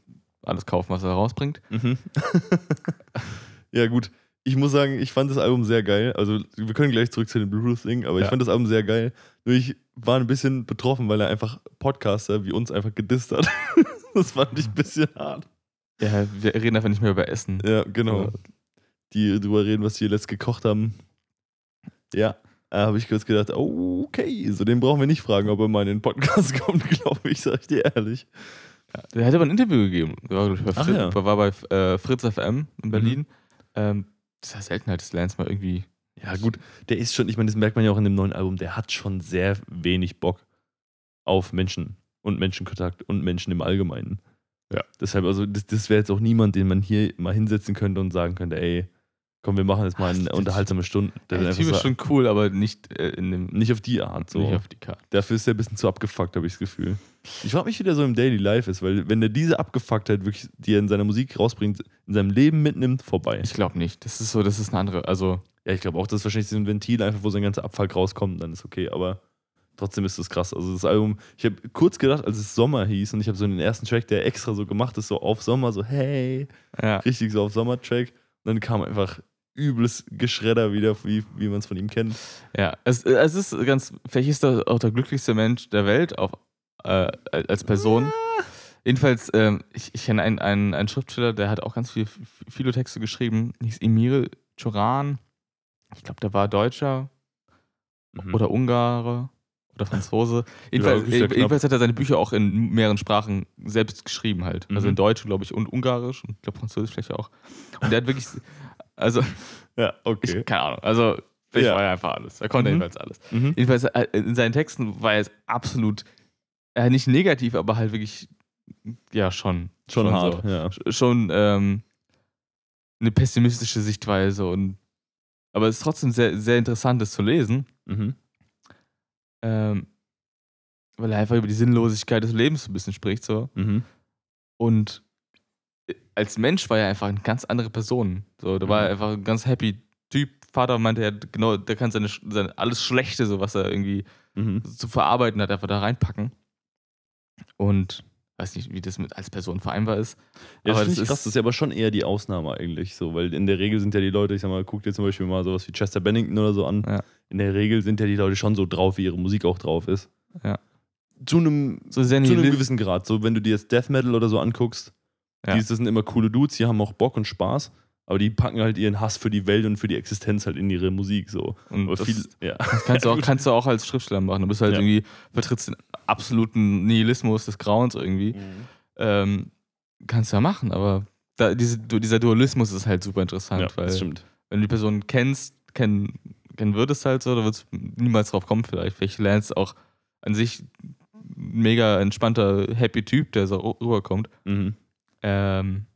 B: alles kaufen, was er rausbringt.
A: Mhm. <laughs> ja, gut. Ich muss sagen, ich fand das Album sehr geil. Also, wir können gleich zurück zu den Bluetooth-Ding, aber ich
B: Ja.
A: fand das Album sehr geil. Nur ich war ein bisschen betroffen, weil er einfach Podcaster wie uns einfach gedisst hat. <laughs> das fand ich ein bisschen hart.
B: Ja, wir reden einfach nicht mehr über Essen.
A: Ja, genau.
B: Ja.
A: Die drüber reden, was die letzt gekocht haben. Ja, da habe ich kurz gedacht, oh, okay, so den brauchen wir nicht fragen, ob er mal in den Podcast <laughs> kommt, glaube ich, sag ich dir ehrlich.
B: Der hat aber ein Interview gegeben. Der war, glaub ich, bei,
A: Ach
B: Fritz,
A: ja. Mhm.
B: war bei äh, Fritz FM in Berlin. Ähm, das ist ja selten halt, dass Lance mal irgendwie.
A: Ja, gut, der ist schon, ich meine, das merkt man ja auch in dem neuen Album, der hat schon sehr wenig Bock auf Menschen und Menschenkontakt und Menschen im Allgemeinen.
B: Ja.
A: Deshalb, also, das, das wäre jetzt auch niemand, den man hier mal hinsetzen könnte und sagen könnte, ey, komm, wir machen jetzt mal
B: Ach,
A: eine
B: das-
A: unterhaltsame Stunde.
B: Der,
A: wird
B: Typ
A: einfach
B: ist
A: so-
B: schon cool, aber nicht äh, in dem.
A: nicht auf die Art. So.
B: Nicht auf die Karte.
A: Dafür ist er ein bisschen zu abgefuckt, habe ich das Gefühl. Ich frage mich, wie der so im Daily Life ist, weil wenn der diese Abgefucktheit wirklich, die er in seiner Musik rausbringt, in seinem Leben mitnimmt, vorbei.
B: Ich glaube nicht. Das ist so, das ist eine andere. Also,
A: Ja, ich glaube auch, das ist wahrscheinlich so ein Ventil, einfach wo sein ganzer Abfall rauskommt, dann ist okay, aber trotzdem ist das krass. Also das Album, ich habe kurz gedacht, als es Sommer hieß und ich habe so den ersten Track, der extra so gemacht ist, so auf Sommer, so hey,
B: ja.
A: richtig so auf Sommer-Track und dann kam einfach übles Geschredder wieder, wie, wie man es von ihm kennt.
B: Ja, es, es ist ganz, vielleicht ist er auch der glücklichste Mensch der Welt, auch äh, als Person.
A: Ah.
B: Jedenfalls, ähm, ich, ich kenne einen, einen, einen Schriftsteller, der hat auch ganz viel, viele Texte geschrieben, hieß Emil Choran. Ich glaube, der war Deutscher
A: Mhm.
B: oder Ungare
A: <laughs>
B: oder Franzose. Jedenfalls,
A: ist ja knapp.
B: jedenfalls hat er seine Bücher auch in mehreren Sprachen selbst geschrieben halt. Also
A: Mhm.
B: in Deutsch, glaube ich, und Ungarisch und ich glaube Französisch vielleicht auch. Und der hat wirklich, also
A: ja,
B: ich,
A: okay.
B: keine Ahnung, also ich
A: Ja.
B: war ja einfach alles. Er konnte
A: Mhm.
B: jedenfalls alles.
A: Mhm.
B: Jedenfalls äh, in seinen Texten war er jetzt absolut, äh, nicht negativ, aber halt wirklich, ja schon.
A: Schon, hart,
B: so
A: ja.
B: schon ähm, eine pessimistische Sichtweise und aber es ist trotzdem sehr, sehr interessant, das zu lesen,
A: Mhm.
B: ähm, weil er einfach über die Sinnlosigkeit des Lebens ein bisschen spricht. So.
A: Mhm.
B: Und äh, als Mensch war er einfach eine ganz andere Person. So, da
A: Mhm.
B: war er einfach ein ganz happy Typ. Vater meinte, er hat genau, der kann seine, seine alles Schlechte, so was er irgendwie
A: Mhm.
B: zu verarbeiten hat, einfach da reinpacken. Und weiß nicht, wie das mit als Person vereinbar ist.
A: Ja, das
B: Aber das
A: finde ich
B: ist-
A: krass. Das ist ja aber schon eher die Ausnahme eigentlich so, weil in der Regel sind ja die Leute, ich sag mal, guck dir zum Beispiel mal sowas wie Chester Bennington oder so an.
B: Ja.
A: In der Regel sind ja die Leute schon so drauf, wie ihre Musik auch drauf ist.
B: Ja.
A: Zu einem,
B: So sehr
A: zu einem
B: nihilistisch-
A: gewissen Grad. So, wenn du dir jetzt Death Metal oder so anguckst,
B: Ja.
A: die das sind immer coole Dudes, die haben auch Bock und Spaß, aber die packen halt ihren Hass für die Welt und für die Existenz halt in ihre Musik so.
B: und
A: Aber
B: das-
A: viel,
B: <laughs>
A: ja. <laughs>
B: Kannst du, auch, kannst du auch als Schriftsteller machen. Du bist halt
A: Ja.
B: irgendwie, vertrittst den absoluten Nihilismus des Grauens irgendwie. Ähm, kannst du ja machen, aber da, diese, du- dieser Dualismus ist halt super interessant,
A: ja, das
B: weil
A: stimmt.
B: wenn du die Person kennst, kennen, kennen würdest halt so, da würdest du niemals drauf kommen vielleicht. Vielleicht lernst du auch an sich ein mega entspannter, happy Typ, der so ru- rüberkommt.
A: Mhm.
B: Ähm,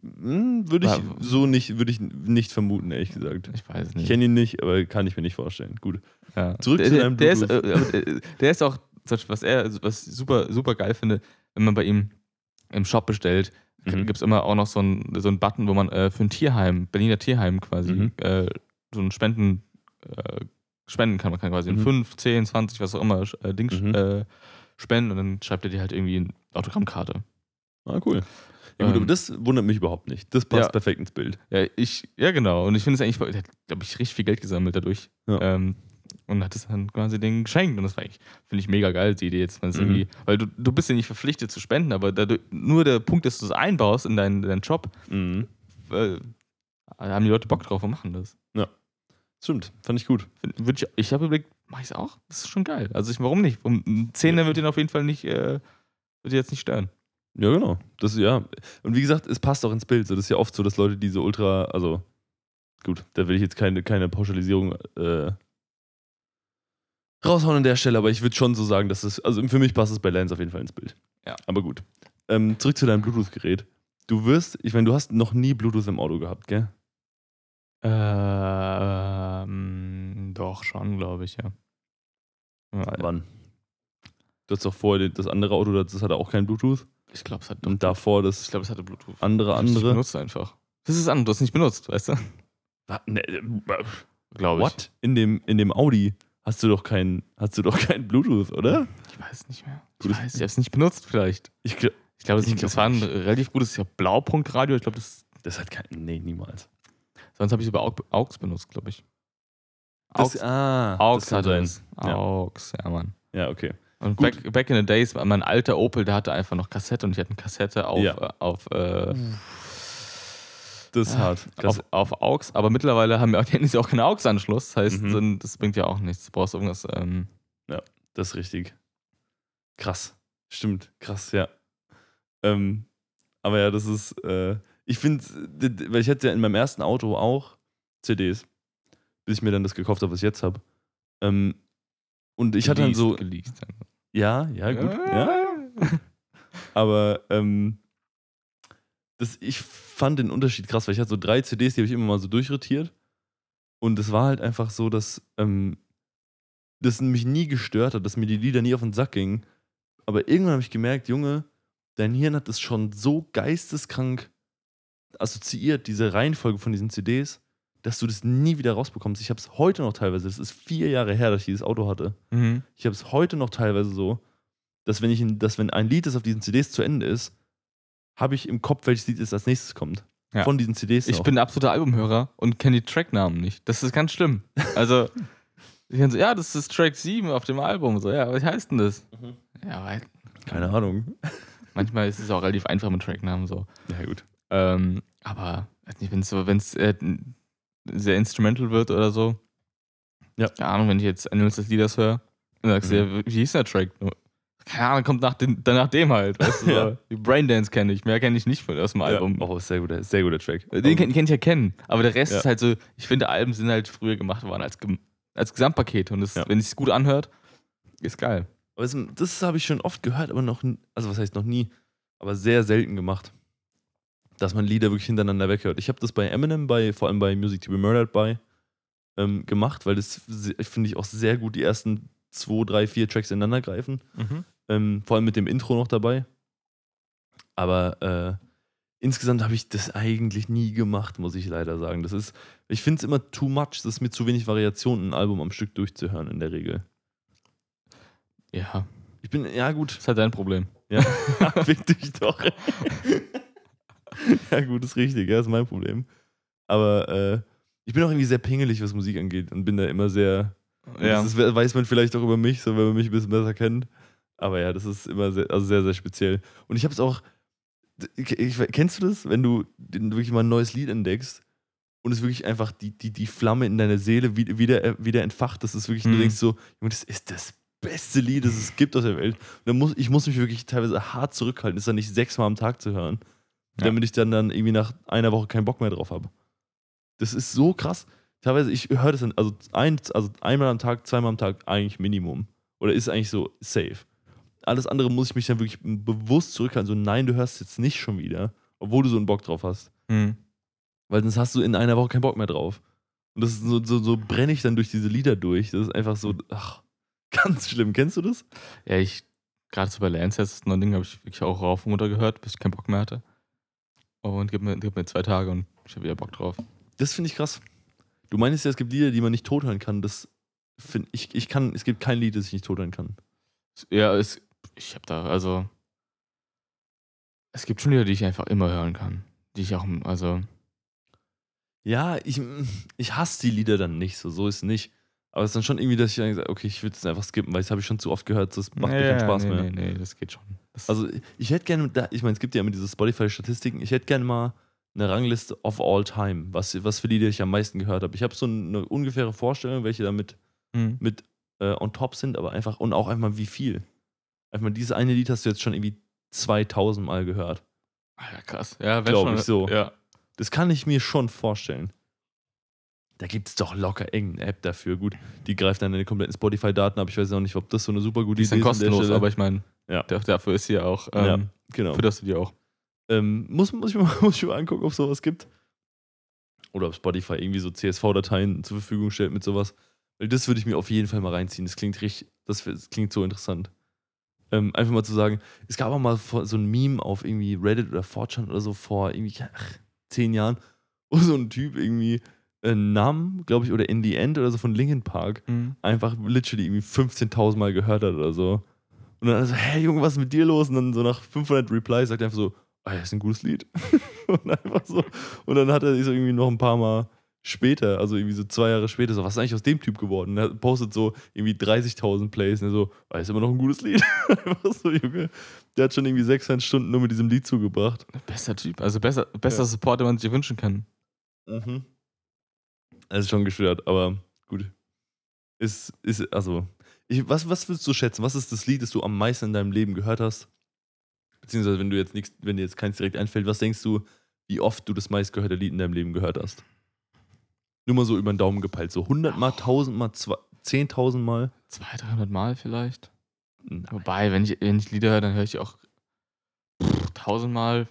A: Hm, Würde ich
B: Weil-
A: so nicht, würde ich nicht vermuten, ehrlich gesagt.
B: ich weiß
A: Ich
B: nicht.
A: kenne ihn nicht, aber kann ich mir nicht vorstellen. Gut.
B: Ja.
A: Zurück
B: der,
A: zu deinem
B: der, der, ist,
A: Bluetooth.
B: äh, aber der, der ist auch, zum Beispiel, was er was ich super, super geil finde, wenn man bei ihm im Shop bestellt,
A: Mhm.
B: gibt es immer auch noch so einen so einen Button, wo man äh, für ein Tierheim, Berliner Tierheim quasi,
A: Mhm.
B: äh, so einen Spenden, äh, spenden kann. Man kann quasi
A: Mhm.
B: in 5, 10, 20, was auch immer, äh, Ding
A: Mhm.
B: äh, spenden und dann schreibt er dir halt irgendwie eine Autogrammkarte.
A: Ah, cool. Ja, gut,
B: Ähm,
A: aber das wundert mich überhaupt nicht. Das passt
B: Ja.
A: perfekt ins Bild.
B: Ja, ich, ja genau. Und ich finde es eigentlich, voll- der hat, glaube ich, richtig viel Geld gesammelt dadurch.
A: Ja.
B: Ähm, und hat es dann quasi denen geschenkt. Und das war eigentlich, finde ich, mega geil, die Idee jetzt. Wenn es
A: Mhm.
B: irgendwie, weil du, du bist ja nicht verpflichtet zu spenden, aber dadurch, nur der Punkt, dass du es einbaust in deinen, deinen Job,
A: Mhm.
B: äh, haben die Leute Bock drauf und machen das.
A: Stimmt, fand ich gut.
B: Find- Würd ich ich habe überlegt, mache ich es auch? Das ist schon geil. Also ich, warum nicht? Um ein Zehner wird den auf jeden Fall nicht, äh, wird den jetzt nicht stören.
A: Ja, genau. Das, ja. Und wie gesagt, es passt auch ins Bild. So, das ist ja oft so, dass Leute, die so ultra, also gut, da will ich jetzt keine, keine Pauschalisierung äh, raushauen an der Stelle, aber ich würde schon so sagen, dass es, also für mich passt es bei Lance auf jeden Fall ins Bild.
B: Ja.
A: Aber gut. Ähm, zurück zu deinem Bluetooth-Gerät. Du wirst, ich meine, du hast noch nie Bluetooth im Auto gehabt, gell?
B: Ähm, doch, schon, glaube ich, ja. ja
A: Wann? Du hast doch vorher das andere Auto, das hatte auch kein Bluetooth.
B: ich glaube, es hat
A: Und davor das
B: Ich glaube, es hatte Bluetooth.
A: andere,
B: Ich hab's nicht
A: andere.
B: benutzt einfach. Das ist an, du hast nicht benutzt, weißt du?
A: Ah, ne, äh,
B: Glaube ich.
A: What? In dem, in dem Audi hast du doch kein, hast du doch <laughs> kein Bluetooth, oder?
B: Ich weiß nicht mehr. Ich
A: Gutes-
B: weiß, ich habe es nicht benutzt vielleicht.
A: Ich glaub,
B: Ich glaube, es
A: Ich glaub
B: das war ein relativ gutes ja, Blaupunkt-Radio. Ich glaube, das
A: das hat kein. Nee, niemals.
B: sonst habe ich es über Au- AUX benutzt, glaube ich.
A: Das,
B: AUX,
A: ah,
B: AUX
A: das kann
B: hatte
A: sein.
B: es.
A: Ja.
B: AUX, ja, Mann.
A: Ja, okay.
B: Und
A: Gut.
B: back, back in the days, mein alter Opel, der hatte einfach noch Kassette und ich hatte eine Kassette auf,
A: Ja.
B: äh, auf, äh,
A: Das ist
B: Ah,
A: hart. Krass.
B: auf, auf AUX. Aber mittlerweile haben wir auch, Handys ja auch keinen AUX-Anschluss. Das heißt,
A: Mhm.
B: dann- das bringt ja auch nichts. Du brauchst irgendwas. Ähm,
A: Das ist richtig. Krass. Stimmt. Krass, ja. Ähm, aber ja, das ist. Äh, ich finde, weil ich hatte ja in meinem ersten Auto auch CDs, bis ich mir dann das gekauft habe, was ich jetzt habe. Ähm, und ich hatte dann
B: geleast-
A: so.
B: geleast.
A: Ja, ja, gut. Ja, Aber ähm, das, ich fand den Unterschied krass, weil ich hatte so drei CDs, die habe ich immer mal so durchrotiert. Und es war halt einfach so, dass ähm, das mich nie gestört hat, dass mir die Lieder nie auf den Sack gingen. Aber irgendwann habe ich gemerkt, Junge, dein Hirn hat das schon so geisteskrank assoziiert, diese Reihenfolge von diesen CDs, dass du das nie wieder rausbekommst. Ich habe es heute noch teilweise, das ist vier Jahre her, dass ich dieses Auto hatte.
B: Mhm.
A: Ich habe es heute noch teilweise so, dass wenn, ich, dass wenn ein Lied, das auf diesen CDs zu Ende ist, habe ich im Kopf, welches Lied es als nächstes kommt.
B: Ja.
A: Von diesen CDs.
B: Ich
A: auch.
B: bin ein absoluter Albumhörer und kenne die Tracknamen nicht. Das ist ganz schlimm.
A: <laughs>
B: Also, ich kann so, ja, das ist Track 7 auf dem Album. So, ja, was heißt denn das?
A: Mhm.
B: Ja, weil
A: Keine Ahnung.
B: manchmal ist es auch relativ einfach mit Tracknamen so.
A: Ja, gut.
B: Ähm, aber weiß nicht, wenn es so, wenn's, äh, sehr instrumental wird oder so.
A: Ja.
B: Keine Ahnung, wenn ich jetzt Animals as Leaders höre, dann sagst du
A: Mhm.
B: ja, wie hieß der Track? Keine Ahnung, kommt nach dem, dann nach dem halt. Weißt
A: <laughs>
B: du,
A: Ja.
B: so. Die Braindance kenne ich, mehr kenne ich nicht von aus dem Album.
A: Ja. Oh, sehr guter, sehr guter Track.
B: Den kenn, kenn ich ja kennen, aber der Rest
A: Ähm, Ja.
B: ist halt so, ich finde, Alben sind halt früher gemacht worden als, gem- als Gesamtpaket und das,
A: Ja.
B: wenn es gut anhört, ist geil.
A: Aber das, das habe ich schon oft gehört, aber noch, n- also was heißt noch nie, aber sehr selten gemacht, dass man Lieder wirklich hintereinander weghört. Ich habe das bei Eminem, bei, vor allem bei Music to be Murdered bei, ähm, gemacht, weil das se- finde ich auch sehr gut, die ersten zwei, drei, vier Tracks ineinander greifen. Ähm, vor allem mit dem Intro noch dabei. Aber äh, insgesamt habe ich das eigentlich nie gemacht, muss ich leider sagen. Das ist, ich finde es immer too much, das ist mir zu wenig Variationen, ein Album am Stück durchzuhören in der Regel.
B: Ja,
A: Ich bin, ja gut, <laughs>
B: ist halt dein Problem.
A: ja, fick dich doch. <laughs> ja gut, ist richtig, ja, ist mein Problem. Aber äh, ich bin auch irgendwie sehr pingelig, was Musik angeht und bin da immer sehr,
B: Ja.
A: Das we- weiß man vielleicht auch über mich, so wenn man mich ein bisschen besser kennt. Aber ja, das ist immer sehr, also sehr, sehr speziell. Und ich habe es auch. Ich, ich- kennst du das, wenn du den- wirklich mal ein neues Lied entdeckst und es wirklich einfach die, die, die Flamme in deiner Seele wie- wieder, äh, wieder entfacht? Das ist wirklich, du
B: Mhm.
A: denkst so, Junge, das ist das beste Lied, das es gibt auf der Welt. Und dann muss, ich muss mich wirklich teilweise hart zurückhalten, das dann nicht sechsmal am Tag zu hören,
B: Ja.
A: damit ich dann, dann irgendwie nach einer Woche keinen Bock mehr drauf habe. Das ist so krass teilweise, ich höre das dann, also, ein, also einmal am Tag, zweimal am Tag eigentlich Minimum. Oder ist eigentlich so safe. Alles andere muss ich mich dann wirklich bewusst zurückhalten. So, nein, du hörst jetzt nicht schon wieder, obwohl du so einen Bock drauf hast.
B: Mhm.
A: Weil sonst hast du in einer Woche keinen Bock mehr drauf. Und das ist so, so, so brenne ich dann durch diese Lieder durch. Das ist einfach so, ach, <laughs> ganz schlimm. Kennst du das?
B: Ja, ich, gerade so bei Lance jetzt, ein Ding habe ich wirklich auch rauf und runter gehört, bis ich keinen Bock mehr hatte. Und gib mir, gib mir zwei Tage und ich habe wieder Bock drauf.
A: Das finde ich krass. Du meinst ja, es gibt Lieder, die man nicht tothören kann. Das find, ich, ich kann, es gibt kein Lied, das ich nicht tothören kann.
B: Ja, es, ich habe da, also. Es gibt schon Lieder, die ich einfach immer hören kann. Die ich auch, also.
A: Ja, ich, ich hasse die Lieder dann nicht, so, so ist nicht. Aber es ist dann schon irgendwie, dass ich dann sage, okay, ich will das einfach skippen, weil das habe ich schon zu oft gehört, das macht mir keinen Spaß
B: nee,
A: mehr.
B: Nee, nee, das geht schon. Das,
A: Also ich hätte gerne, da- ich meine, es gibt ja immer diese Spotify-Statistiken, ich hätte gerne mal eine Rangliste of all time, was, was für Lieder ich am meisten gehört habe. Ich habe so eine ungefähre Vorstellung, welche damit
B: Mhm.
A: mit äh, on top sind, aber einfach, und auch einfach wie viel. Einfach mal dieses eine Lied hast du jetzt schon irgendwie 2000 Mal gehört.
B: Alter, krass. Ah, Ja,
A: Glaub
B: schon.
A: ich so.
B: Ja.
A: Das kann ich mir schon vorstellen. Da gibt es doch locker irgendeine App dafür. Gut, die greift dann deine kompletten Spotify-Daten ab. Ich weiß auch nicht, ob das so eine super gute
B: Die ist
A: Idee
B: dann
A: ist. an der
B: kostenlos,
A: Stelle.
B: aber ich meine,
A: Ja.
B: da- dafür ist sie ja auch. Ähm,
A: genau.
B: Fütterst du die auch.
A: Ähm, muss, muss, ich <laughs> mal, muss ich mal angucken, ob es sowas gibt. Oder ob Spotify irgendwie so CSV-Dateien zur Verfügung stellt mit sowas. Weil das würde ich mir auf jeden Fall mal reinziehen. Das klingt richtig, das, das klingt so interessant. Ähm, einfach mal zu sagen, es gab auch mal vor- so ein Meme auf irgendwie Reddit oder 4chan oder so vor irgendwie ach, zehn Jahren, wo so ein Typ irgendwie äh, Nam, glaube ich, oder In the End oder so von Linkin Park einfach literally irgendwie 15.000 Mal gehört hat oder so. Und dann so, hey Junge, was ist mit dir los? Und dann so nach 500 Replies sagt er einfach so, ah, ja, ist ein gutes Lied. <laughs> und einfach so. Und dann hat er sich so irgendwie noch ein paar Mal später, also irgendwie so zwei Jahre später, so, was ist eigentlich aus dem Typ geworden? Und er postet so irgendwie 30.000 Plays und er so, ah, ist immer noch ein gutes Lied. <laughs> einfach so, Junge. Der hat schon irgendwie 600 Stunden nur mit diesem Lied zugebracht.
B: Bester Typ. Also besser, bester Support, den man sich wünschen kann.
A: Mhm. Das ist schon gestört, aber gut. Ist, ist, also. Ich, was, was würdest du schätzen? Was ist das Lied, das du am meisten in deinem Leben gehört hast? Beziehungsweise, wenn du jetzt nichts, wenn dir jetzt keins direkt einfällt, was denkst du, wie oft du das meistgehörte Lied in deinem Leben gehört hast? Nur mal so über den Daumen gepeilt. So 100 mal, 1000 mal, 10.000 mal.
B: 200, 300 Mal vielleicht.
A: Na,
B: Wobei, wenn ich, wenn ich Lieder höre, dann höre ich die auch pff, tausendmal.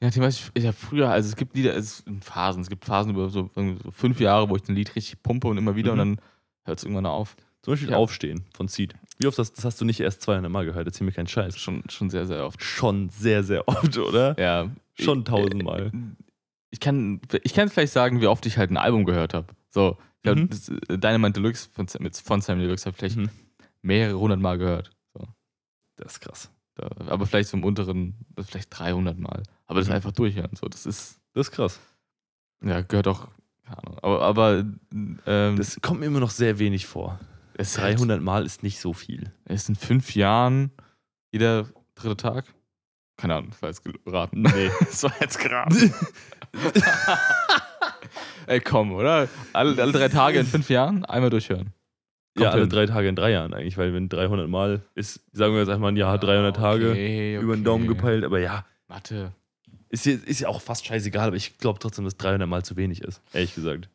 B: Ja, nachdem, was ich, ich habe früher, also es gibt Lieder, es sind Phasen, es gibt Phasen über so, irgendwie so fünf Jahre, wo ich ein Lied richtig pumpe und immer wieder
A: Mhm.
B: und dann hört es irgendwann auf.
A: Zum Beispiel
B: Ja.
A: Aufstehen von Seed. Wie oft das, das hast du nicht erst 200 Mal gehört? Erzähl mir keinen Scheiß.
B: Schon, schon sehr, sehr oft.
A: Schon sehr, sehr oft, <laughs> oder?
B: Ja. äh,
A: Schon tausendmal.
B: Ich kann ich kann vielleicht sagen, wie oft ich halt ein Album gehört habe. So, ich glaub,
A: Mhm.
B: das, äh, Dynamite Deluxe von, Sam- mit- von Sam Deluxe habe ich vielleicht
A: Mhm.
B: mehrere hundert Mal gehört. So.
A: Das ist krass.
B: Da, aber vielleicht so im unteren, vielleicht 300 Mal. Aber das
A: Mhm.
B: einfach durchhören. So, das ist,
A: Das ist krass.
B: ja, gehört auch, keine Ahnung. Aber, aber ähm,
A: Das kommt mir immer noch sehr wenig vor.
B: es ist halt-
A: 300 Mal ist nicht so viel.
B: Es sind fünf Jahren jeder dritte Tag. Keine Ahnung, das war jetzt geraten.
A: <laughs> Nee.
B: Das war jetzt geraten. <laughs> Ey, komm, oder? Alle, alle drei Tage in fünf Jahren einmal durchhören.
A: ja,
B: Kommt
A: alle
B: hin.
A: drei Tage in drei Jahren eigentlich, weil wenn 300 Mal ist, sagen wir jetzt einfach ein Jahr, 300 Tage
B: Ah, Okay,
A: über den
B: okay.
A: Daumen gepeilt, aber ja,
B: Mathe.
A: Ist ja, ist ja auch fast scheißegal, aber ich glaube trotzdem, dass 300 Mal zu wenig ist, ehrlich gesagt.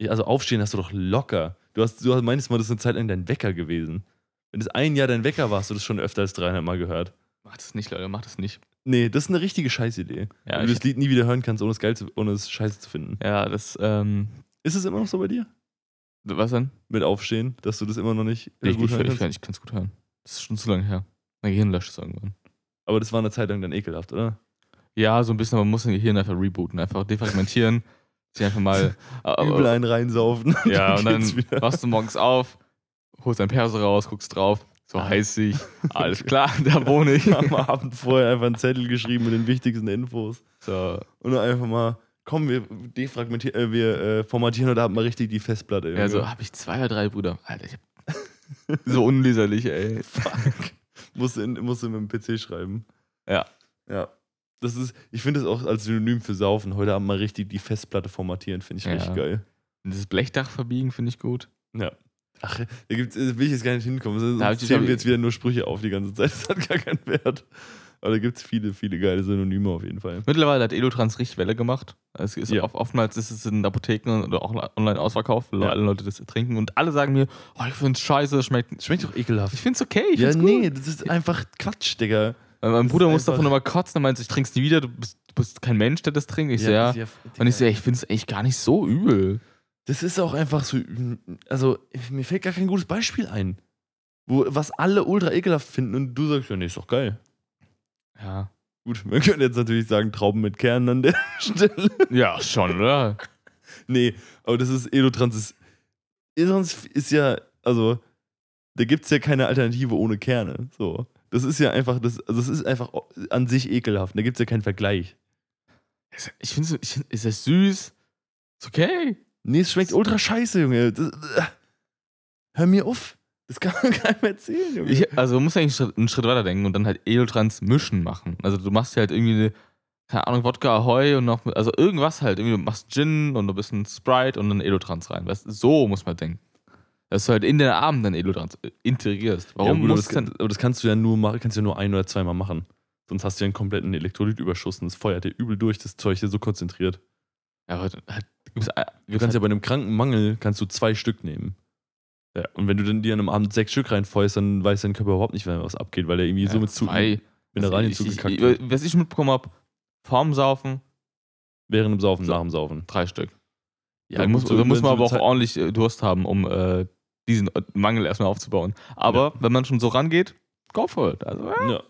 A: Ja, also aufstehen hast du doch locker. Du, hast, du hast- meinst mal, das ist eine Zeit lang dein Wecker gewesen. Wenn es ein Jahr dein Wecker war, hast du das schon öfter als 300 Mal gehört.
B: Macht es nicht, Leute, macht es nicht.
A: Nee, das ist eine richtige Scheißidee.
B: Ja,
A: Wenn du
B: ich,
A: das Lied nie wieder hören kannst, ohne es, geil zu, ohne es scheiße zu finden.
B: ja das, ähm,
A: Ist es immer noch so bei dir?
B: was denn?
A: Mit Aufstehen, dass du das immer noch nicht äh,
B: Nee, ich,
A: gut
B: ich,
A: hören
B: ich,
A: kannst?
B: kann- ich kann es gut hören. Das ist schon zu lange her. Mein Gehirn löscht es irgendwann.
A: Aber das war eine Zeit lang dann ekelhaft, oder?
B: Ja, so ein bisschen, aber man muss den Gehirn einfach rebooten, einfach defragmentieren. <laughs> Sich
A: <laughs>
B: einfach mal.
A: Übel einen <laughs> reinsaufen.
B: <laughs> Ja, und
A: geht's
B: dann
A: wieder.
B: wachst du morgens auf, holst dein Perso raus, guckst drauf, so
A: Ah. <laughs>
B: heiß ich, alles klar, <laughs> da wohne ich.
A: <laughs> Am Abend vorher einfach einen Zettel geschrieben mit den wichtigsten Infos.
B: So,
A: Und dann einfach mal, komm, wir defragmentieren, äh, wir äh, formatieren heute Abend mal richtig die Festplatte. Junge.
B: ja, so habe ich zwei oder drei Brüder. Alter, ich hab <laughs> so unleserlich, ey.
A: fuck. musst, du in, musst du mit dem PC schreiben.
B: Ja.
A: Ja. Das ist, ich finde das auch als Synonym für Saufen. Heute Abend mal richtig die Festplatte formatieren, finde ich
B: Ja.
A: richtig geil.
B: Und Das Blechdach verbiegen finde ich gut.
A: Ach, da gibt's, da will ich jetzt gar nicht hinkommen.
B: Da hab
A: Sonst
B: ich-
A: zählen wir jetzt wieder nur Sprüche auf die ganze Zeit. <laughs> Das hat gar keinen Wert. Aber da gibt es viele, viele geile Synonyme auf jeden Fall.
B: Mittlerweile hat Elotrans richtig Welle gemacht. Es ist
A: Ja.
B: oft- oftmals ist es in Apotheken oder auch online ausverkauft, weil
A: Ja.
B: alle Leute das trinken und alle sagen mir, oh, ich finde es scheiße, schmeckt.
A: Schmeckt doch
B: Ich
A: ekelhaft.
B: finde es okay, ich
A: Ja,
B: find's gut.
A: nee, das ist einfach Quatsch, Digga.
B: Weil Mein
A: Das
B: Bruder
A: ist
B: muss davon
A: einfach-
B: immer kotzen, er meint, so, ich trink's nie wieder, du bist, du bist kein Mensch, der das trinkt. Ich so, ja.
A: das ist
B: Und ich so,
A: Digga.
B: ey, ich finde es echt gar nicht so übel.
A: Das ist auch einfach so, also mir fällt gar kein gutes Beispiel ein, wo, was alle ultra ekelhaft finden und du sagst, ja, nee, ist doch geil.
B: Ja.
A: Gut, <laughs> man könnte jetzt natürlich sagen, Trauben mit Kernen an der <laughs> Stelle.
B: Ja, schon, <laughs> oder?
A: Nee, aber das ist, Elotrans ist, Elotrans ist ja, also, da gibt es ja keine Alternative ohne Kerne, so. Das ist ja einfach, das, also das ist einfach an sich ekelhaft, da gibt es ja keinen Vergleich.
B: Ich finde es, ist das süß? Ist okay.
A: Nee, es schmeckt ultra scheiße, Junge. Das, äh, hör mir auf, das kann man <laughs> keinem erzählen, Junge.
B: Ich, also man muss eigentlich einen Schritt- einen Schritt weiter denken und dann halt Edeltrans mischen machen. Also du machst hier halt irgendwie eine, keine Ahnung, Wodka Ahoi und noch, also irgendwas halt. Irgendwie du machst Gin und ein bisschen Sprite und dann Edeltrans rein. Weißt, du, so muss man denken. Dass du halt in den Abend dann Edeltrans äh, integrierst. Warum
A: ja, gut, aber
B: muss
A: das,
B: es dann...
A: aber das kannst du ja nur machen, kannst du ja nur ein oder zweimal machen. Sonst hast du ja einen kompletten Elektrolytüberschuss und es feuert dir übel durch, das Zeug hier so konzentriert.
B: Ja, aber halt, du gibst ein-
A: Du kannst ja bei einem kranken Mangel kannst du zwei Stück nehmen. Ja, und wenn du dann dir an einem Abend sechs Stück reinfeuerst, dann weiß dein Körper überhaupt nicht, mehr, was abgeht, weil er irgendwie so mit zu
B: zwei.
A: Mineralien
B: Also ich-
A: zugekackt
B: ich,
A: wird.
B: ich, Was ich mitbekommen habe, vorm Saufen
A: Während dem Saufen,
B: So.
A: nach dem Saufen.
B: drei Stück.
A: Ja,
B: da
A: gut,
B: muss,
A: so
B: da muss
A: wenn
B: man
A: so
B: aber auch
A: Zeit-
B: ordentlich äh, Durst haben, um äh, diesen äh, Mangel erstmal aufzubauen. Aber wenn man schon so rangeht, go for it. Also, äh,
A: Ja.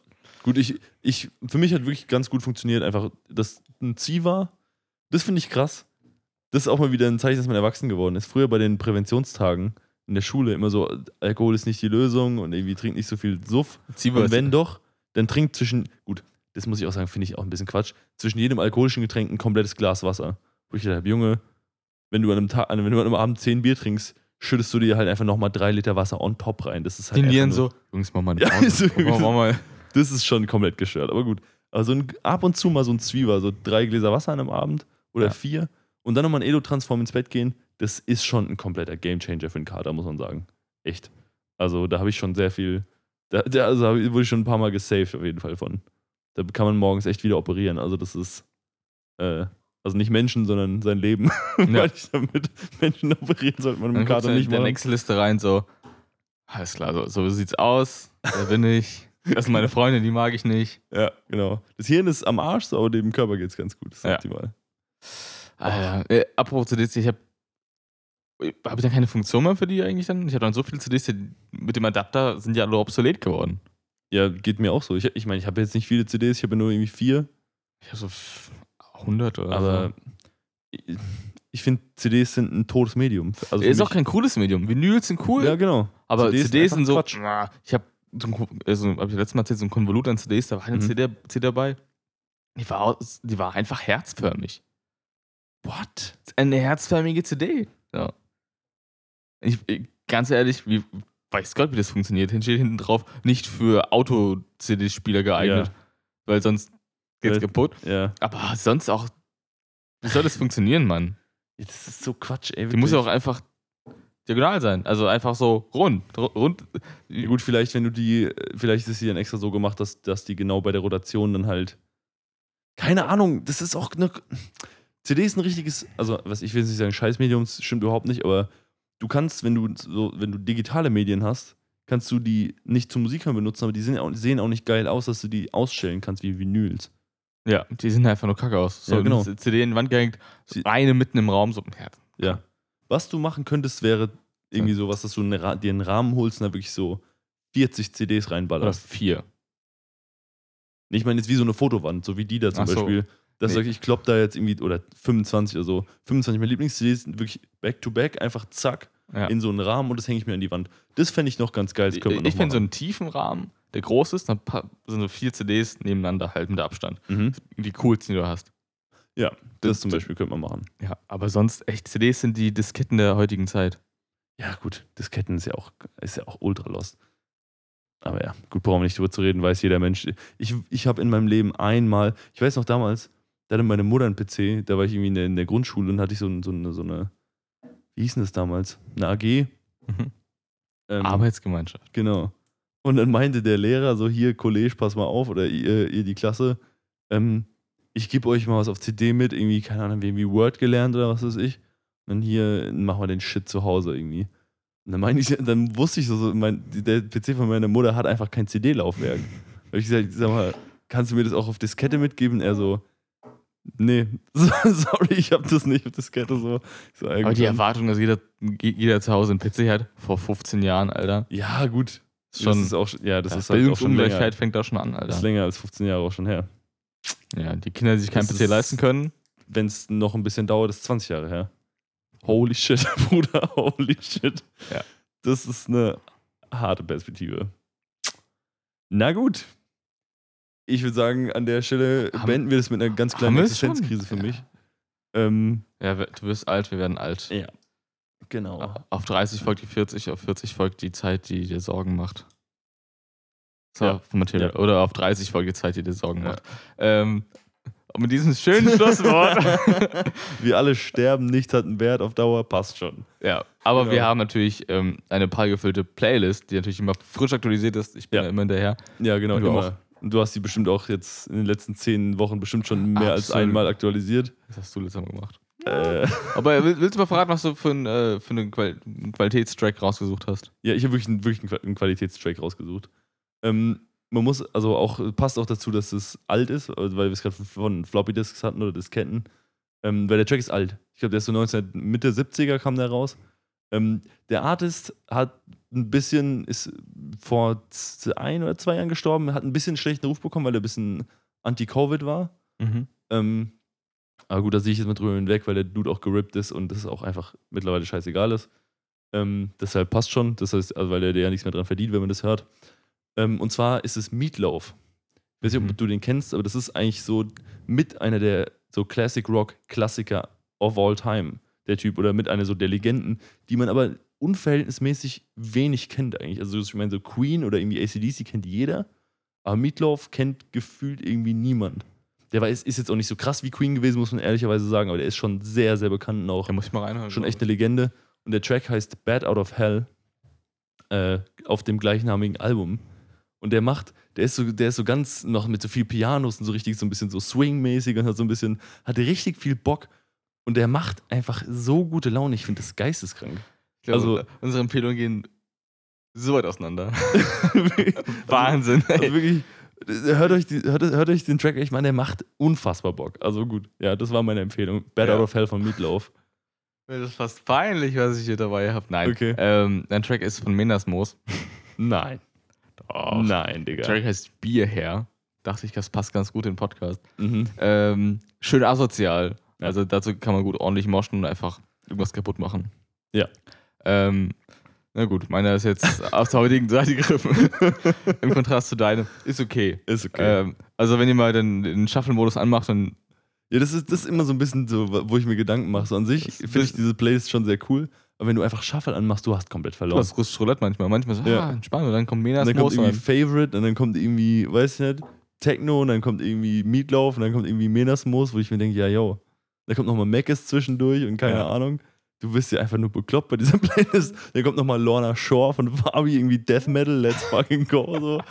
A: Gut, ich, ich, für mich hat wirklich ganz gut funktioniert, einfach, dass ein Zieh war. Das finde ich krass. Das ist auch mal wieder ein Zeichen, dass man erwachsen geworden ist. Früher bei den Präventionstagen in der Schule immer so, Alkohol ist nicht die Lösung und irgendwie trinkt nicht so viel Suff.
B: zieh was.
A: Und wenn doch, dann trinkt zwischen, gut, das muss ich auch sagen, finde ich auch ein bisschen Quatsch, zwischen jedem alkoholischen Getränk ein komplettes Glas Wasser. Wo ich gedacht habe, Junge, wenn du an einem, Tag, an- wenn du an einem Abend zehn Bier trinkst, schüttest du dir halt einfach nochmal drei Liter Wasser on top rein. Das ist halt
B: die
A: einfach
B: Nieren
A: nur-
B: so, Jungs, mach mal
A: <laughs>
B: eine
A: Ja, <laughs>
B: Pause.
A: so-
B: Mach mal- mach mal.
A: das ist schon komplett gestört, aber gut. Also ein, ab und zu mal so ein Zwieber, so drei Gläser Wasser an einem Abend oder
B: Ja.
A: vier und dann nochmal ein Elo-Transform ins Bett gehen, das ist schon ein kompletter Gamechanger für den Kater, muss man sagen. Echt. Also da habe ich schon sehr viel, da, da also hab ich- wurde ich schon ein paar Mal gesaved auf jeden Fall von. Da kann man morgens echt wieder operieren, also das ist, äh, also nicht Menschen, sondern sein Leben. <laughs> Weil ich damit Menschen operieren sollte man mit
B: Dann
A: dem
B: kommt
A: Kater
B: in
A: nicht
B: der
A: machen.
B: nächste Liste rein, so, alles klar, so, so sieht's aus, da bin ich, das sind meine Freunde, die mag ich nicht.
A: Ja, genau. Das Hirn ist am Arsch, so, aber dem Körper geht's ganz gut. Das ist
B: Ja.
A: optimal.
B: Alter, äh, apropos CDs, ich habe habe ich dann keine Funktion mehr für die eigentlich dann? Ich habe dann so viele CDs, die mit dem Adapter sind ja alle obsolet geworden.
A: Ja, geht mir auch so. Ich meine, ich, mein, ich habe jetzt nicht viele CDs, ich habe ja nur irgendwie vier,
B: Ich habe so f- 100 oder
A: aber ich, ich finde, CDs sind ein totes Medium. Also
B: so.
A: für
B: Ist
A: mich-
B: auch kein cooles Medium. Vinyls sind cool,
A: Ja, genau.
B: aber
A: CDs
B: CDs,
A: sind
B: sind so.
A: einfach Quatsch.
B: na, Ich habe so ein, Ko- also, hab ich letztes Mal erzählt, so ein Konvolut an CDs, da war eine
A: Mhm.
B: CD, CD dabei. Die war, aus- die war einfach herzförmig.
A: What?
B: Eine herzförmige CD. Ja. Ich, ich, ganz ehrlich, wie, weiß Gott, wie das funktioniert. Hin steht hinten drauf, nicht für Auto-CD-Spieler geeignet, weil sonst geht's
A: Weil-
B: kaputt.
A: Ja.
B: Aber sonst auch, wie soll
A: <laughs>
B: das funktionieren, Mann?
A: Ja, Das ist so Quatsch, ey.
B: Die muss ja auch einfach diagonal sein. Also einfach so rund. ru- rund.
A: Ja, gut, vielleicht, wenn du die, äh, vielleicht ist sie dann extra so gemacht, dass, dass die genau bei der Rotation dann halt. Keine Ahnung, das ist auch eine. CD ist ein richtiges, also was ich will jetzt nicht sagen, Scheißmedium das stimmt überhaupt nicht, aber du kannst, wenn du so, wenn du digitale Medien hast, kannst du die nicht zum Musikern benutzen, aber die sind auch, sehen auch nicht geil aus, dass du die ausstellen kannst wie Vinyls.
B: Ja, die sehen einfach nur kacke aus. So
A: Ja, genau.
B: eine CD in die Wand gehängt,
A: Sie-
B: eine mitten im Raum, so ja,
A: Ja. Was du machen könntest, wäre irgendwie sowas, dass du einen Ra- dir einen Rahmen holst und da wirklich so 40 CDs
B: oder
A: reinballerst.
B: vier.
A: Nee, Ich meine jetzt wie so eine Fotowand, so wie die da zum
B: Ach so.
A: Beispiel. Dass
B: Nee.
A: sag ich, ich klopp da jetzt irgendwie, oder 25 oder so, 25 meine Lieblings-CDs sind wirklich back-to-back, einfach zack,
B: Ja.
A: in so einen Rahmen und das hänge ich mir an die Wand. Das fände ich noch ganz geil, das
B: Ich,
A: können wir noch
B: ich finde so
A: machen.
B: einen tiefen Rahmen, der groß ist, dann pa- sind so vier CDs nebeneinander halt mit Abstand.
A: mhm.
B: Die coolsten, die du hast.
A: Das zum Beispiel könnte man machen.
B: Ja, aber sonst echt, CDs sind die Disketten der heutigen Zeit.
A: Ja gut, Disketten ist ja auch, ist ja auch ultra lost. Aber ja, gut, brauchen wir nicht drüber zu reden, weiß jeder Mensch. Ich, ich habe in meinem Leben einmal, ich weiß noch damals, da hatte meine Mutter einen PC, da war ich irgendwie in der, in der Grundschule und hatte ich so, ein- so, eine, so eine, wie hieß denn das damals? Eine AG.
B: Mhm.
A: Ähm,
B: Arbeitsgemeinschaft.
A: Genau. Und dann meinte der Lehrer so, hier, Kollege, pass mal auf, oder ihr, ihr die Klasse, ähm, ich gebe euch mal was auf CD mit, irgendwie, keine Ahnung, irgendwie Word gelernt oder was weiß ich. Und dann hier, machen wir den Shit zu Hause irgendwie. Und dann meinte ich, <laughs> dann wusste ich so, so mein, der PC von meiner Mutter hat einfach kein CD-Laufwerk. Da hab ich gesagt, sag mal, kannst du mir das auch auf Diskette mitgeben? Er so, nee, <laughs> so, sorry, ich hab das nicht auf Diskette so. Ich so, ja,
B: Aber
A: gut,
B: die
A: dann-
B: Erwartung, dass jeder, jeder zu Hause einen PC hat, vor 15 Jahren, Alter.
A: ja, gut.
B: Ist schon,
A: das ist auch, schon- ja, das
B: ja,
A: ist halt auch schon länger.
B: Bildungsungleichheit fängt da schon an,
A: Das ist
B: Alter.
A: länger als 15 Jahre auch schon her.
B: Ja, die Kinder, die sich keinen
A: Das
B: PC
A: ist-
B: leisten können.
A: Wenn es noch ein bisschen dauert, ist 20 Jahre her. Holy shit, <laughs> Bruder, holy shit.
B: Ja.
A: Das ist eine harte Perspektive. Na gut. Ich würde sagen, an der Stelle
B: Haben-
A: beenden wir das mit einer ganz
B: haben
A: kleinen
B: wir es
A: Existenzkrise für
B: schon?
A: mich. Ähm,
B: Ja, wir- du wirst alt, wir werden alt.
A: genau.
B: Auf 30 folgt die 40, auf 40 folgt die Zeit, die dir Sorgen macht. So,
A: Ja.
B: vom Material. Oder auf 30 folgt die Zeit, die dir Sorgen macht. Ähm, und mit diesem
A: <laughs>
B: schönen Schlusswort.
A: Wir alle sterben, nichts hat einen Wert auf Dauer, passt schon.
B: ja, aber
A: Genau.
B: wir haben natürlich ähm, eine prallgefüllte Playlist, die natürlich immer frisch aktualisiert ist. Ich bin
A: Ja.
B: ja, immer hinterher.
A: Ja, genau,
B: Du
A: immer. Und du hast die bestimmt auch jetzt in den letzten zehn Wochen bestimmt schon mehr als
B: Absolut.
A: einmal aktualisiert.
B: Das hast du letztes Mal gemacht.
A: Äh,
B: Aber will- willst du mal verraten, was du für, ein, äh, für einen Qual einen Qualitätstrack rausgesucht hast?
A: Ja, ich habe wirklich, einen- wirklich einen Qua- einen Qualitätstrack rausgesucht. Ähm, man muss, also auch, passt auch dazu, dass es alt ist, also weil wir es gerade von Floppy Disks hatten oder Disketten. Ähm, weil der Track ist alt. Ich glaube, der ist so 19, Mitte 70er kam der raus. Ähm, der Artist hat ein bisschen, ist vor z- ein oder zwei Jahren gestorben, hat ein bisschen schlechten Ruf bekommen, weil er ein bisschen anti-Covid war. Ähm, aber gut, da sehe ich jetzt mal drüber hinweg, weil der Dude auch gerippt ist und das auch einfach mittlerweile scheißegal ist. Ähm, deshalb passt schon, das heißt, also weil der, der ja nichts mehr dran verdient, wenn man das hört. Ähm, und zwar ist es Meatloaf. Ich weiß nicht, ob
B: Mhm.
A: du den kennst, aber das ist eigentlich so mit einer der so Classic Rock Klassiker of all time, der Typ, oder mit einer so der Legenden, die man aber unverhältnismäßig wenig kennt eigentlich. Also ich meine, so Queen oder irgendwie ACDC kennt jeder, aber Meatloaf kennt gefühlt irgendwie niemand. Der war, ist, ist jetzt auch nicht so krass wie Queen gewesen, muss man ehrlicherweise sagen, aber der ist schon sehr, sehr bekannt und auch
B: Da muss ich mal reinhören.
A: schon echt eine Legende. Und der Track heißt Bad Out of Hell äh, auf dem gleichnamigen Album. Und der macht, der ist so, der ist so ganz noch mit so viel Pianos und so richtig so ein bisschen so swingmäßig und hat so ein bisschen, hat richtig viel Bock. Und der macht einfach so gute Laune. Ich finde das geisteskrank.
B: Ich glaube,
A: also-
B: unsere Empfehlungen gehen so
A: <laughs>
B: weit auseinander. <laughs> Wahnsinn.
A: Also wirklich, hört euch, die, hört, hört euch den Track echt mal an, der macht unfassbar Bock. Also gut, ja, das war meine Empfehlung. Bad
B: Ja.
A: Out of Hell von Meatloaf.
B: Das ist fast peinlich, was ich hier dabei habe. Nein.
A: Okay.
B: Ähm, dein Track ist von Menas Moos.
A: Nein.
B: Doch.
A: Nein, Digga.
B: Der Oh. Track heißt Bierherr. Dachte ich, das passt ganz gut in den Podcast.
A: Mhm.
B: Ähm, schön asozial.
A: Ja.
B: Also dazu kann man gut ordentlich moschen und einfach irgendwas kaputt machen.
A: Ja.
B: Ähm, Na gut, meiner ist jetzt
A: <laughs>
B: aus der heutigen Seite gegriffen. Im Kontrast zu deinem. Ist okay.
A: Ist okay.
B: Ähm, also, wenn ihr mal den, den Shuffle-Modus anmacht, dann
A: ja, das ist, das ist immer so ein bisschen so, wo ich mir Gedanken mache. So an sich
B: Das-
A: finde ich diese Playlist schon sehr cool. Aber wenn du einfach Shuffle anmachst, du hast komplett
B: du
A: verloren.
B: hast russisch Roulette manchmal. Manchmal so,
A: Ja.
B: ah, entspannt. Und dann kommt Menas
A: Und dann kommt
B: Moos
A: irgendwie
B: rein.
A: Favorite und dann kommt irgendwie, weiß ich nicht, Techno und dann kommt irgendwie Meatloaf und dann kommt irgendwie Menasmos, wo ich mir denke, ja, yo. Dann kommt nochmal Mackes zwischendurch und keine
B: Ja.
A: Ahnung. Du bist ja einfach nur bekloppt bei dieser <laughs> Playlist. Dann kommt nochmal Lorna Shore von Barbie, irgendwie Death Metal, Let's Fucking Go. So.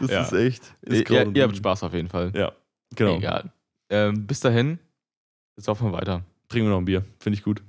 A: Das
B: Ja.
A: ist echt. Ist
B: Ihr,
A: grauenhaft.
B: ihr habt Spaß auf jeden Fall.
A: Ja, genau.
B: Egal. Ähm, bis dahin, jetzt laufen wir weiter.
A: Trinken wir noch ein Bier. Finde ich gut.